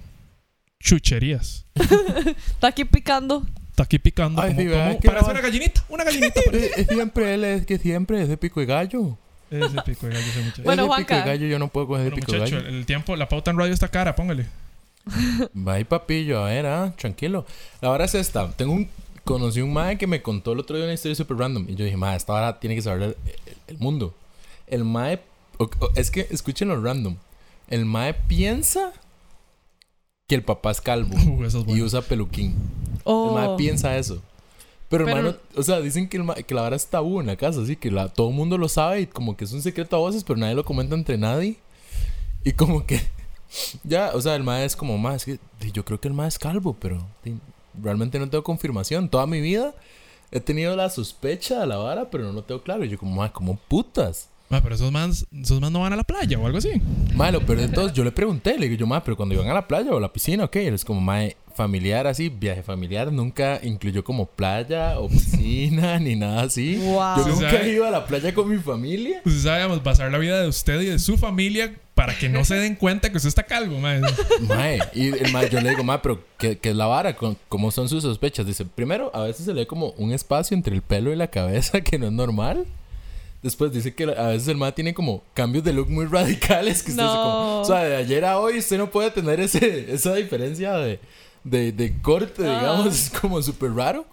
chucherías. Está aquí picando. Está aquí picando. Ay, como, sí, ¿verdad? como- Qué parece raro. una gallinita. Una gallinita. Eh, eh, siempre él es que siempre es de pico y gallo. Ese pico de gallo, ese muchacho. Bueno, es de pico y Juanca. gallo, yo no puedo coger de Bueno, pico y muchacho, eh. gallo. el, el tiempo, la pauta en radio está cara, póngale. Bye, papillo, a ver, ah, tranquilo. La hora es esta. Tengo un. Conocí un mae que me contó el otro día una historia super random. Y yo dije, mae, esta hora tiene que saber el, el- el mundo. El mae. o- o- es que escuchen lo random. El mae piensa que el papá es calvo Uh, eso es y bueno. usa peluquín. El mae Oh. piensa eso. Pero, Pero- hermano, o sea, dicen que, el mae- que la vara es tabú en la casa, así que la, todo el mundo lo sabe y como que es un secreto a voces, pero nadie lo comenta entre nadie. Y como que, ya, o sea, el mae es como más, yo creo que el mae es calvo, pero di, realmente no tengo confirmación. Toda mi vida he tenido la sospecha de la vara, pero no lo tengo claro. Y yo como, mae, como putas. Ma, Ah, pero esos mans, esos mans no van a la playa o algo así. Mae, lo peor de todo, yo le pregunté, le digo yo, mae, pero cuando iban a la playa o a la piscina, ok, él es como, mae, familiar así, viaje familiar, nunca incluyó como playa o piscina ni nada así. Wow. Yo Sí, nunca sabe. he ido a la playa con mi familia. Usted sabe, digamos, Pues, basar la vida de usted y de su familia para que no se den cuenta que usted está calvo, ma. Mae, y el mae, yo le digo, mae, pero ¿qué, qué es la vara? ¿Cómo- ¿Cómo son sus sospechas? Dice, primero, a veces se le ve como un espacio entre el pelo y la cabeza que no es normal. Después dice que a veces el mae tiene como cambios de look muy radicales. Que usted dice como, No. o sea, de ayer a hoy usted no puede tener ese, esa diferencia de, de, de corte, digamos. Es como súper raro.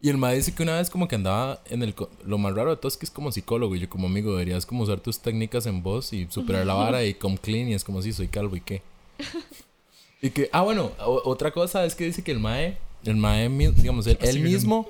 Y el mae dice que una vez como que andaba en el... co- Lo más raro de todo es que es como psicólogo. Y yo como amigo deberías como usar tus técnicas en voz y superar la vara y come clean. Y es como si soy calvo y qué. Y que, ah, bueno, o- otra cosa es que dice que el mae, el mae, mi- digamos, él, él Sigue mismo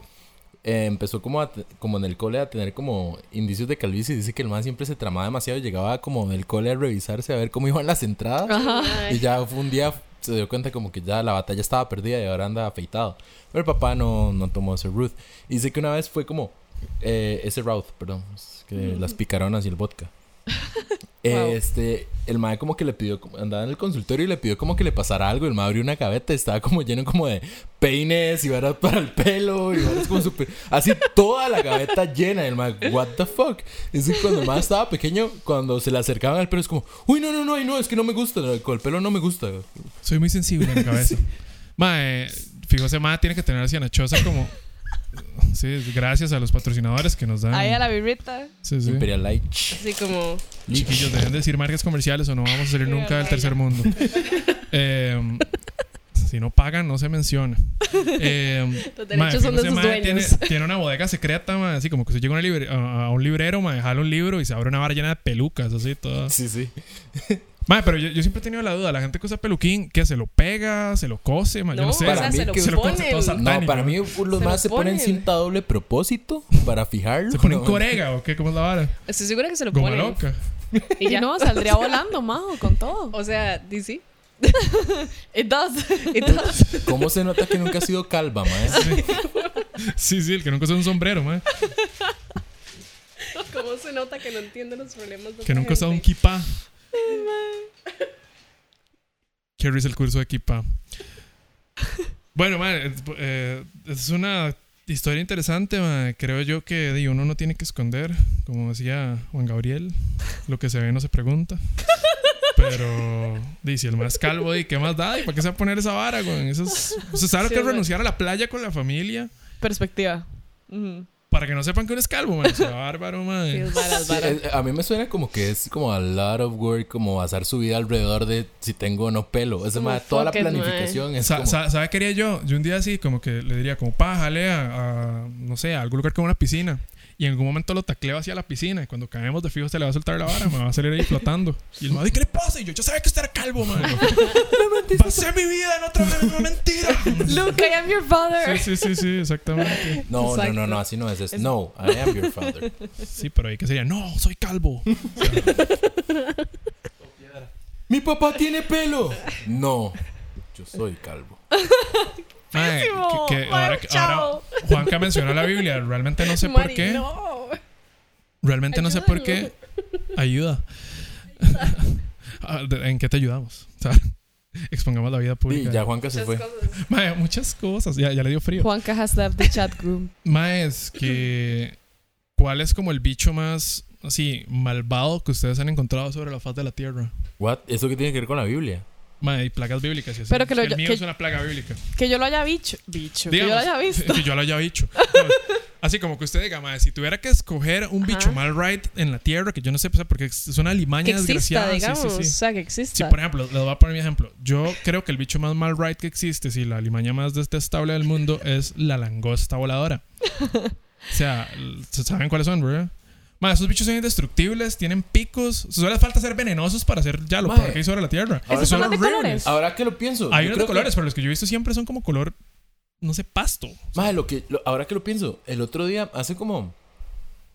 eh, empezó como, a te- como en el cole a tener como indicios de calvicie. Dice que el mae siempre se tramaba demasiado y llegaba como del cole a revisarse a ver cómo iban las entradas. Y ya fue un día se dio cuenta como que ya la batalla estaba perdida y ahora anda afeitado. Pero el papá no, no tomó ese Ruth. Y dice que una vez fue como, eh, ese Ruth, perdón, es que las picaronas y el vodka. Este, el mae como que le pidió, como- andaba en el consultorio y le pidió como que le pasara algo. El mae abrió una gaveta y estaba como lleno como de peines y varas para el pelo y varas como súper... Así toda la gaveta llena. El mae, what the fuck. Es que cuando el mae estaba pequeño, cuando se le acercaban al pelo es como, uy, no, no, no, ay, no, es que no me gusta, con el pelo no me gusta. Soy muy sensible en la cabeza. Ma, eh, fijo, ese ma tiene que tener cianachosa como. Sí, gracias a los patrocinadores que nos dan. Ahí a la birrita. Sí, sí. Imperial Light. Así como, Chiquillos, dejen de decir marcas comerciales o no vamos a salir nunca del tercer mundo. Eh, si no pagan, no se menciona. Eh, Los ma, derechos son de ese sus ma Tiene, dueños. tiene una bodega secreta, ma, así como que se llega a una libre- a, a un librero, ma, jala un libro y se abre una vara llena de pelucas, así todo. Sí, sí. Ma, pero yo, yo siempre he tenido la duda, la gente que usa peluquín, que se lo pega, se lo cose, ma, yo No, no sé. o para sea, mí se lo que- se lo ponen. cuenta todo sal- No, Satánico. para mí los Se más lo se ponen ponen. cinta doble propósito para fijarlo. ¿Se ponen ¿no? corega o qué? ¿Cómo es la vara? Estoy segura que se lo Goma ponen. loca. Y ya. no, saldría volando, majo, con todo. O sea, DC. It does. Entonces, ¿Cómo se nota que nunca ha sido calva, mae? Sí, sí, el que nunca usa un sombrero, ma. ¿cómo se nota que no entiende los problemas de Que esta nunca usaba un gente? kipá. Kerry es el curso de kipá. Bueno, man, es, eh, es una historia interesante, man. Creo yo que di, uno no tiene que esconder, como decía Juan Gabriel, lo que se ve no se pregunta. Pero, dice, el más calvo, ¿y qué más da? ¿Y para qué se va a poner esa vara, güey? Eso es, eso es algo Sí, que es man. renunciar a la playa con la familia Perspectiva. Ujú. para que no sepan que uno es calvo, man. O sea, bárbaro, man. Sí, es varas, Sí, varas. eh, a mí me suena como que es como a lot of work, como basar su vida alrededor de si tengo o no pelo. Es Como más, toda la fuck it, mae. planificación es Sa- como- sa- ¿Sabe qué haría yo? Yo un día así, como que le diría, como, pa, jale a, a, no sé, a algún lugar con una piscina. Y en algún momento lo tacleo hacia la piscina. Y cuando caemos de fijo, se le va a soltar la vara, me va a salir ahí flotando. Y el madre, ¿qué le pasa? Y yo, yo sabía que usted era calvo, man. Pasé mi vida en otra vez, una mentira. Look, I am your father. Sí, sí, sí, sí, exactamente. No, no, Exacto. no, no, así no es. es, No, I am your father. Sí, pero ahí que sería, no, soy calvo. ¡Mi papá tiene pelo! No, yo soy calvo. Mae, Buenísimo. que- que Mae, ahora, que- chao. ahora Juanca mencionó la Biblia. Realmente no sé por Mari, qué. no. Realmente no sé por qué. Ayuda. Ah, de- ¿En qué te ayudamos? O sea, expongamos la vida Y pública. ya Juanca se fue. Mae, muchas cosas. Ya, ya le dio frío. Juanca has left the chat group. Mae, es que. ¿Cuál es como el bicho más así malvado que ustedes han encontrado sobre la faz de la tierra? What? ¿Eso qué tiene que ver con la Biblia? Mae, hay plagas bíblicas. y así. Pero que lo- el mío que- es una plaga bíblica. Que yo lo haya bicho. Bicho. que yo lo Digamos, haya visto. Que yo lo haya dicho. No, Así como que usted diga, mae, si tuviera que escoger un bicho Ajá. mal right en la tierra, que yo no sé, o sea, porque es una limaña Que exista, desgraciada. sí, digamos. sí, sí. O sea, que Sí, exista. por ejemplo, les voy a poner mi ejemplo. Yo creo que el bicho más mal right que existe, si la limaña más detestable del mundo, es la langosta voladora. O sea, l- ¿saben cuáles son, bro? Mae, esos bichos son indestructibles, tienen picos. Solo les falta ser venenosos para ser ya lo Mae. que hay sobre la tierra. Ahora Esos son que- los de colores. Ahora que lo pienso. Hay unos yo de creo que- colores, pero los que yo he visto siempre son como color, no sé, pasto. Mae, lo que, lo- ahora que lo pienso, el otro día, hace como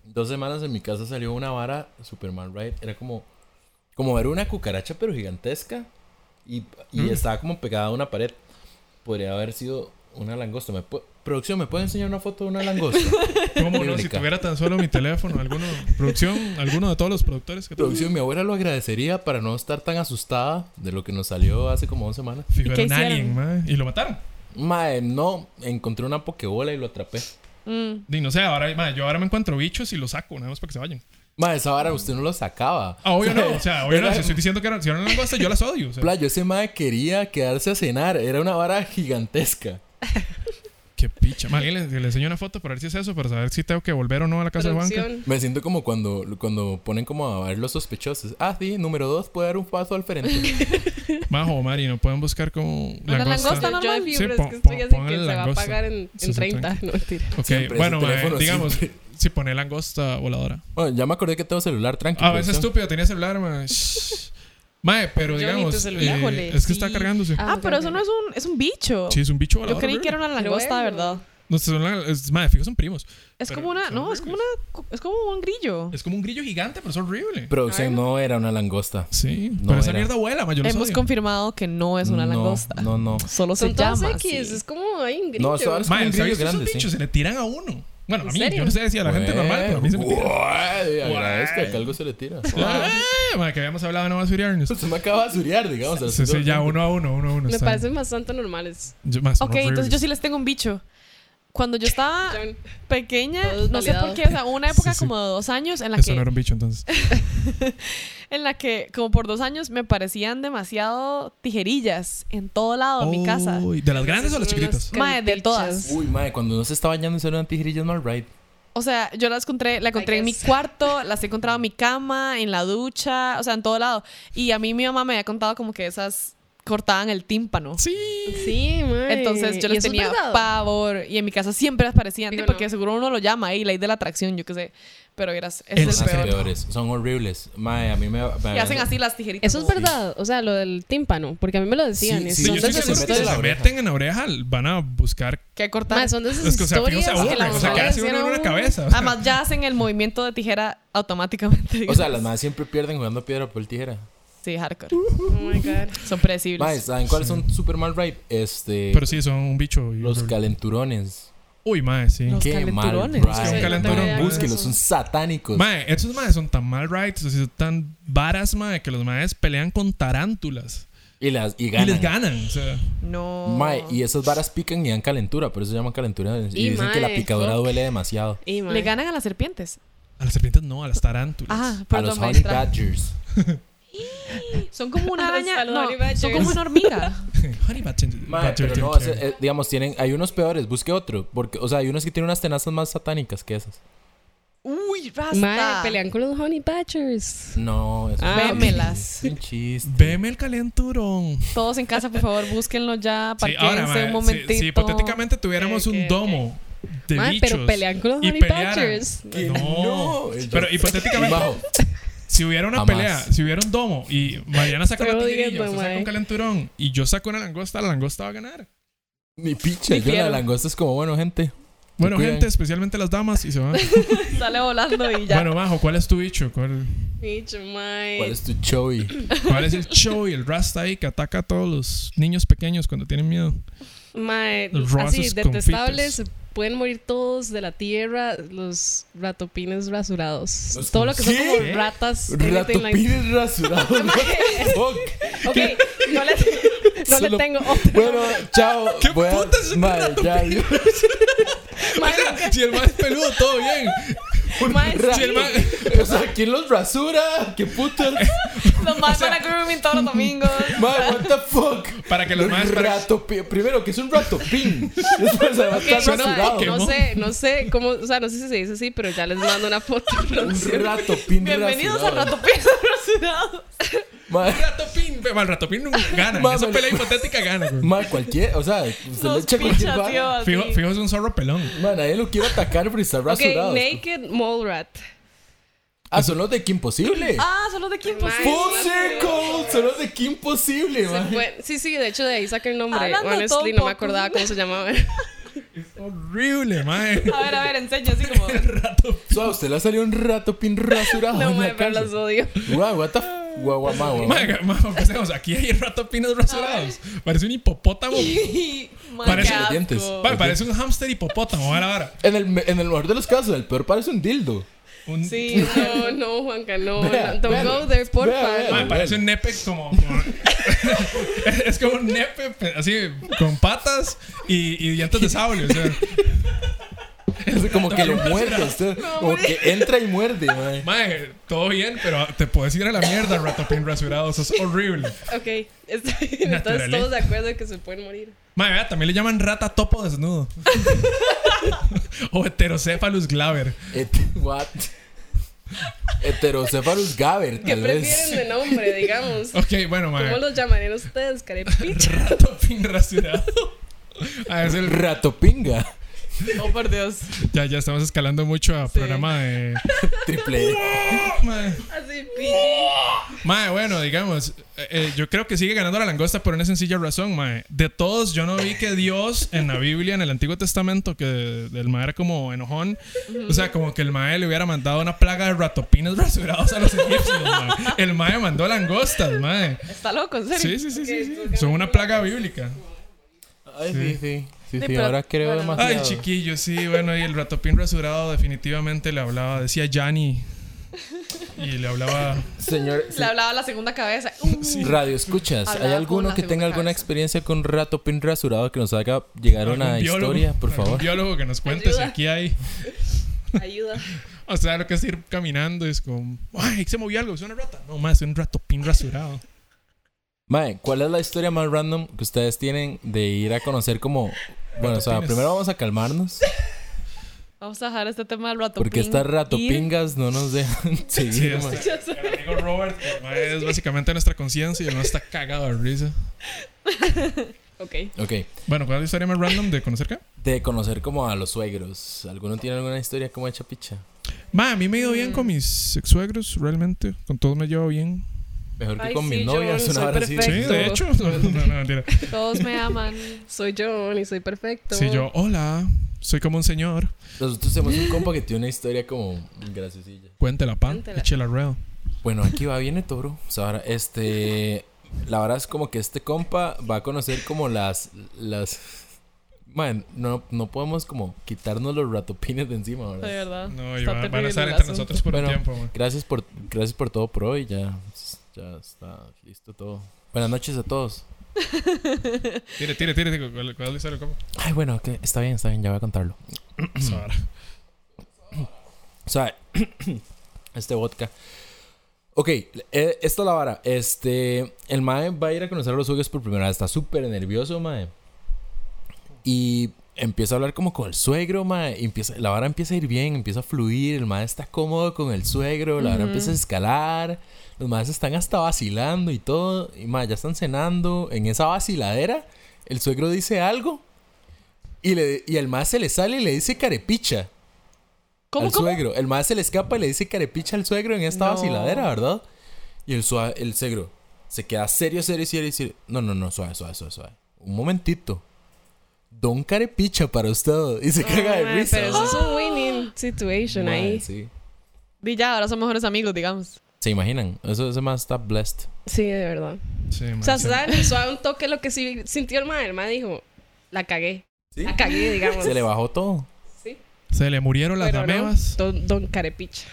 dos semanas en mi casa salió una vara Superman Ride. Era como, como ver una cucaracha, pero gigantesca. Y, y Mm. estaba como pegada a una pared. Podría haber sido una langosta. ¿Me pu- producción, ¿me puede enseñar una foto de una langosta? ¿Cómo no? Si Bíblica. tuviera tan solo mi teléfono, alguno, producción, alguno de todos los productores que tengo. producción, mi abuela lo agradecería para no estar tan asustada de lo que nos salió hace como dos semanas. Fijo, ¿Y era qué un hicieron? alien, mae, Y lo mataron. Mae, no, encontré una pokebola y lo atrapé. Mm. Y no sé, ahora, mae, yo ahora me encuentro bichos y los saco, nada más para que se vayan. Mae, esa vara usted no lo sacaba. Ah, obvio no. O sea, obvio no. Era- Si estoy diciendo que eran, si eran langostas, yo las odio. o sea. Playo, ese mae quería quedarse a cenar. Era una vara gigantesca. Qué picha. Más bien le, le enseño una foto para ver si es eso, para saber si tengo que volver o no a la casa de Juanca. Producción. Me siento como cuando, cuando ponen como a ver los sospechosos. Ah, sí, número dos puede dar un paso al frente. Majo o Mari, no pueden buscar como Una langosta. langosta, Yo, yo de normal. Sí, fibra, es pon- que estoy así pon- que se va a langosta. pagar en, Sí, en sí, 30. No, mentira. Ok, Siempre, bueno, ese mae, teléfono digamos, siempre. si pone langosta voladora. Bueno, ya me acordé que tengo celular, tranquilo. Ah, veces estúpido, tenía celular, mae. Shh. Mae, pero Yo ni tu digamos. celular, eh, jole, es que sí. está cargándose. Ah, Ah, ok, pero ok, eso ok. no es un, es un bicho. Sí, es un bicho Yo volador. creí que era una Pero langosta, de bueno. verdad. No, son la- es, mae, fijo, son primos. Es Pero como una, son no, es como horribles. una, co- es como un grillo. Es como un grillo gigante, pero es horrible. Producción no era una langosta. sí, No pero esa era. mierda vuela, mae. Yo los Hemos odio. confirmado que no es una No, langosta. No, no. Solo se Son todos llama. así. X, es como hay un grillo. No, eso es como Mae, ¿sabes un grillo que esos grande. bichos sí. se le tiran a uno? Bueno, a ¿En mí, yo serio? no sé si a la gente Bueno, normal, pero a mí se me tiran. guay, agradezca que algo se le tira. Eh, mae, que habíamos hablado de no basuriarnos. Se me acaba de surear, digamos. Sí, sí, ya uno a uno, uno a uno. Me está parecen bastante normales. bien. Yo- más Ok, horribles. entonces yo sí les tengo un bicho. Cuando yo estaba John, pequeña, Todos no sé por baleados. qué, o sea, hubo una época Sí, sí. como de dos años en la Eso que no era un bicho, entonces. en la que como por dos años me parecían demasiado tijerillas en todo lado de Oh, mi casa. Uy, ¿De las grandes o las son chiquititas? unos Mae, de caritichas. todas. Uy, madre, cuando no se está bañando y sale una tijerilla es mal right. O sea, yo las encontré, la encontré en mi guess. cuarto, las he encontrado en mi cama, en la ducha, o sea, en todo lado. Y a mí mi mamá me había contado como que esas cortaban el tímpano. Sí. Sí, mae. Entonces yo ¿Y les eso es tenía verdad? pavor y en mi casa siempre las parecían, Digo, porque no. seguro uno lo llama ahí, ley de la atracción, yo qué sé. Pero verás, ese El es Son el las peor. peores. Son horribles. Madre, a mí me. me- Y hacen así las tijeritas. Eso es verdad, o sea, lo del tímpano, porque a mí me lo decían. Sí, y sí, Sí, son yo de estoy esas seguro que si historias. se la oreja. meten en la oreja van a buscar. Que cortar. Mae, son de esas Es que, o sea, fijo, historias. se que la aburren. O sea, mamá que le hace uno hacían en a una uno. cabeza. o sea. Además, ya hacen el movimiento de tijera automáticamente. O sea, las madres siempre pierden jugando piedra por tijera. sí, hardcore. Oh my god. Son predecibles. Madre, ¿saben cuáles son super mal right? Este. Pero sí, son un bicho. y- Los calenturones. Uy, mae, sí. Los Qué mal calenturones. ride. Busquen un calenturón, Ay, Búsquelos, esos. son satánicos. Mae, estos maes son tan mal right, o sea, son tan varas, mae, que los maes pelean con tarántulas. Y, las, y ganan. Y les ganan. O sea, No. Mae, y esas varas pican y dan calentura, por eso se llaman calentura. Y, Y, dicen que la mae, picadora fuck. duele demasiado. Y, mae. Le ganan a las serpientes. a las serpientes no, a las tarántulas. Ah, Pues, A perdón, los me Honey distraje. Badgers. Son como una A los araña. Honey no, son Badgers. como una hormiga. Honey Badger- Mae, Badger pero Take no, Care. ese- eh, digamos, tienen, hay unos peores, busque otro. Porque, o sea, hay unos que tienen unas tenazas más satánicas que esas. Uy, Mae, basta. pelean con los Honey Badgers. No, eso Ah, es un vémelas. chiste, es Un chiste. Veme el calenturón. Todos en casa, por favor, búsquenlo ya. Sí, Parquense ahora, mae, un si- momentito. si, hipotéticamente tuviéramos Ok, un ok, domo de Mae, bichos. pero pelean con los y Honey pelearan. Badgers. ¿Qué? No, No, ellos- pero hipotéticamente, Bajo. si hubiera una Jamás. pelea, si hubiera un domo y Mariana saca Estoy una tijerilla, odiando, usted saca mae. un calenturón y yo saco una langosta, la langosta va a ganar. Ni picha, Ni yo la quiero. langosta es como, bueno, gente. Bueno, cuidan. gente, especialmente las damas, y se van. Sale volando y ya. bueno, Majo, ¿cuál es tu bicho? ¿Cuál, Bicho, mae. ¿Cuál es tu choy? cuál es el show y el rasta ahí que ataca a todos los niños pequeños cuando tienen miedo? Mae, Los rasos así, con detestables. fitas. Pueden morir todos de la tierra los ratopines rasurados. Los- Todo lo que son ¿Qué? como ratas. everything like- Ratopines rasurados. what the fuck? Ok, no le, no le Solo- tengo otro. Bueno, chao. ¿Qué Voy a- putas es un Mae, ya, yo- Si el man es peludo, todo bien. Mae, Si el sí, man. O sea, ¿quién los rasura? ¿Qué putas? Los más para grooming todos los domingos. Mae, what the fuck? Para que los más. Para... Ratopi- Primero, que es un ratopín. Después, además, ok, está no, sé, rasurado. no sé, no sé cómo, o sea, no sé si se dice así, pero ya les mando una foto. no sé. Un ratopín Bienvenidos a rasurado. Ratopines Rasurados. Mae, Ratopín, ma, el ratopín nunca gana. Mame. Esa pelea hipotética gana, güey. mae, cualquier, o sea, usted le Los echa cualquier pichas, tío. vara. así. Fijo, fijo es un zorro pelón. Mae, nadie lo quiere atacar pero está Ok, rasurado. Naked Mole Rat. Ah, son los de Kim Posible. Ah, son los de Kim Mae. Full circle, son los de Kim Posible, mae. Bueno, sí, sí, de hecho de ahí saca el nombre. Hablando todo Honestly, un no me poco. acordaba cómo se llamaba. Horrible, mae. A ver, a ver, enseña así como. Suave, usted le salió un ratopín rasurado. No, en mae, la pero cara. los odio. Guau, what the f- guau, guau, guau, guau. Mae, mae, empecemos. pues, Aquí hay ratopinos rasurados. Parece un hipopótamo. Mae, Parece- qué asco. Dientes. Mae, parece un hámster hipopótamo. Ahora, ahora. En el, me- en el mejor de los casos, el peor parece un dildo. Un, Sí, no, no, Juanca, no. Vea, no, don't vea, go there, porfa. vea, Mae, vea. parece un nepe como. como- es, es como un nepe pe- así, con patas y, y dientes de sable. O sea, Es como que lo muerde usted. Como que entra y muerde, mae. mae, todo bien, pero te puedes ir a la mierda, ratopín rasurado. Eso es horrible. Ok, está bien. Entonces Naturaleza. todos de acuerdo que se pueden morir. Mae, vea, también le llaman rata topo desnudo. o heterocephalus glaber. Et- what? Heterocephalus gaber, ¿Qué tal prefieren vez. de nombre, digamos? Ok, bueno, mae. ¿Cómo los llamarían ustedes, carepicha? Ratopín rasurado. Ah, es el. Ratopinga. Oh, por Dios. Ya, ya estamos escalando mucho a programa de. Triple E. Mae. Así, pi. Mae, bueno, digamos, eh, eh, yo creo que sigue ganando la langosta por una sencilla razón, mae. De todos, yo no vi que Dios en la Biblia, en el Antiguo Testamento, que el mae era como enojón. O sea, como que el mae le hubiera mandado una plaga de ratopines rasurados a los egipcios, mae. El mae mandó langostas, mae. Está loco, en serio. Sí, sí, sí, sí. sí. Son una plaga bíblica. Ay, sí, sí. Sí, sí, pero- ahora creo bueno, demasiado. Ay, chiquillo, sí, bueno, y el ratopín rasurado definitivamente le hablaba, decía Yanni. Y le hablaba. Señor, Le hablaba a la segunda cabeza. Uh, radio escuchas. ¿Hay Hablaba con alguno la que tenga segunda alguna cabeza. experiencia con ratopín rasurado que nos haga llegar a una algún biólogo, historia, por algún favor? biólogo que nos cuente si Ayuda. aquí hay. Ayuda. O sea, lo que es ir caminando es como, ay, se movió algo, es una rata. No, más, es un ratopín rasurado. Mae, ¿cuál es la historia más random que ustedes tienen de ir a conocer como... Bueno, o sea, Ratopines. primero vamos a calmarnos, Vamos a dejar este tema del ratopín. porque estas Ir. ratopingas no nos dejan Sí, seguir. mae. este, el amigo Robert, que el mae es básicamente nuestra conciencia y el mae está cagado de risa. Ok. Ok, Bueno, ¿cuál es la historia más random de conocer acá? de conocer como a los suegros. ¿Alguno tiene alguna historia como hecha picha? Ma, a mí me ha ido bien con mis ex suegros, realmente. Con todos me llevo bien. Mejor que Ay, con sí, mis yo novias, soy una hora así. Sí, perfecto. de hecho. No, no, no, mentira. Todos me aman. Soy yo y soy perfecto. Sí, yo, hola, soy como un señor. Nosotros tenemos un compa que tiene una historia como graciosilla. Cuéntela, pan, Cuéntela. échela ruedo. Bueno, aquí va, viene Toro. O sea, ahora, este. La verdad es como que este compa va a conocer como las. las. Man, no, no podemos como quitarnos los ratopines de encima, De ¿verdad? verdad. No, y Ah, Está van, van terrible a estar el entre asunto. nosotros por Bueno. un tiempo, ma. Gracias por, gracias por todo por hoy, ya, ya está listo todo. Buenas noches a todos. Tire, tire, tire, tire. ¿Cuál, cuál es la historia? ¿Cómo? Ay, bueno, que está bien, está bien, ya voy a contarlo. Sara. O sea, este vodka. Ok, eh, esta es la vara. Este, el Mae va a ir a conocer a los suegros por primera vez. Está súper nervioso, Mae. Y empieza a hablar como con el suegro, Mae. y empieza, la vara empieza a ir bien, empieza a fluir. El Mae está cómodo con el suegro. La vara empieza a escalar. Los Maes están hasta vacilando y todo. Y Mae, ya están cenando. En esa vaciladera, el suegro dice algo. Y, le, y el Mae se le sale y le dice carepicha ¿Cómo, al cómo? suegro. El más se le escapa y le dice carepicha al suegro en esta No. vaciladera, ¿verdad? Y el, sua- el suegro se queda serio, serio, serio, serio. No, no, no, suave, suave, suave, suave. Un momentito. Don carepicha para usted. Y se caga de Mae, risa. Pero eso es un winning situation Mae, ahí. sí. Di ya, ahora son mejores amigos, digamos. ¿Se imaginan? Eso, ese más está blessed. Sí, de verdad. Sí, ma. O sea, Sí. ¿saben? Suave un toque lo que sí sintió el madre. El madre dijo, la cagué. Sí. La cagué, digamos. Se le bajó todo. Se le murieron las Pero no, amebas. don, don Carepicha.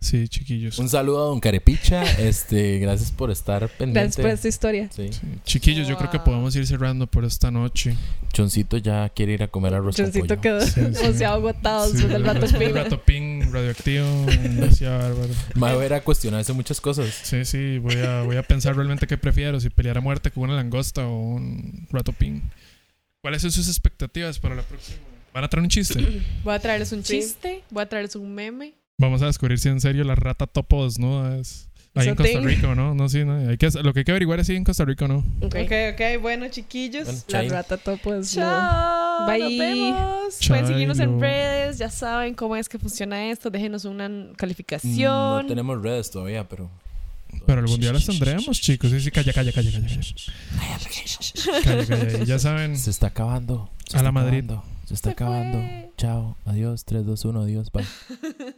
Sí, chiquillos. Un saludo a Don Carepicha. Este, gracias por estar Gracias pendiente. por esta historia. Sí. Chiquillos, yo creo que Wow. podemos ir cerrando por esta noche. Choncito ya quiere ir a comer arroz con Choncito pollo. quedó Sí, sí. demasiado agotado Sí, después del Ah, rato después del espino. rato ping radioactivo. demasiado bárbaro. Mae, voy a ir a cuestionarse muchas cosas. Sí, sí, voy a, voy a pensar realmente qué prefiero, si pelear a muerte con una langosta o un rato ping. ¿Cuáles son sus expectativas para la próxima? ¿Van a traer un chiste? Voy a traerles un Sí. chiste, voy a traerles un meme. Vamos a descubrir si en serio la rata topo desnuda es ahí en Something. Costa Rica o no. No, sí, no. Hay que, lo que hay que averiguar es si en Costa Rica o no. Ok. ok, bueno, chiquillos. Bueno, La chai. rata topo es. Chao. Bye. Nos vemos. Pueden seguirnos en Chairo. redes. Ya saben cómo es que funciona esto. Déjenos una Mm, calificación. No tenemos redes todavía, pero. Pero algún día las tendremos, chicos. Sí, sí, calla, calla, calla, calla. Calla, calla, calla. Y ya saben, Se está acabando. Se A está la Madrid. acabando, Se está Se acabando. fue. Chao. Adiós. 3, 2, 1. Adiós. Bye.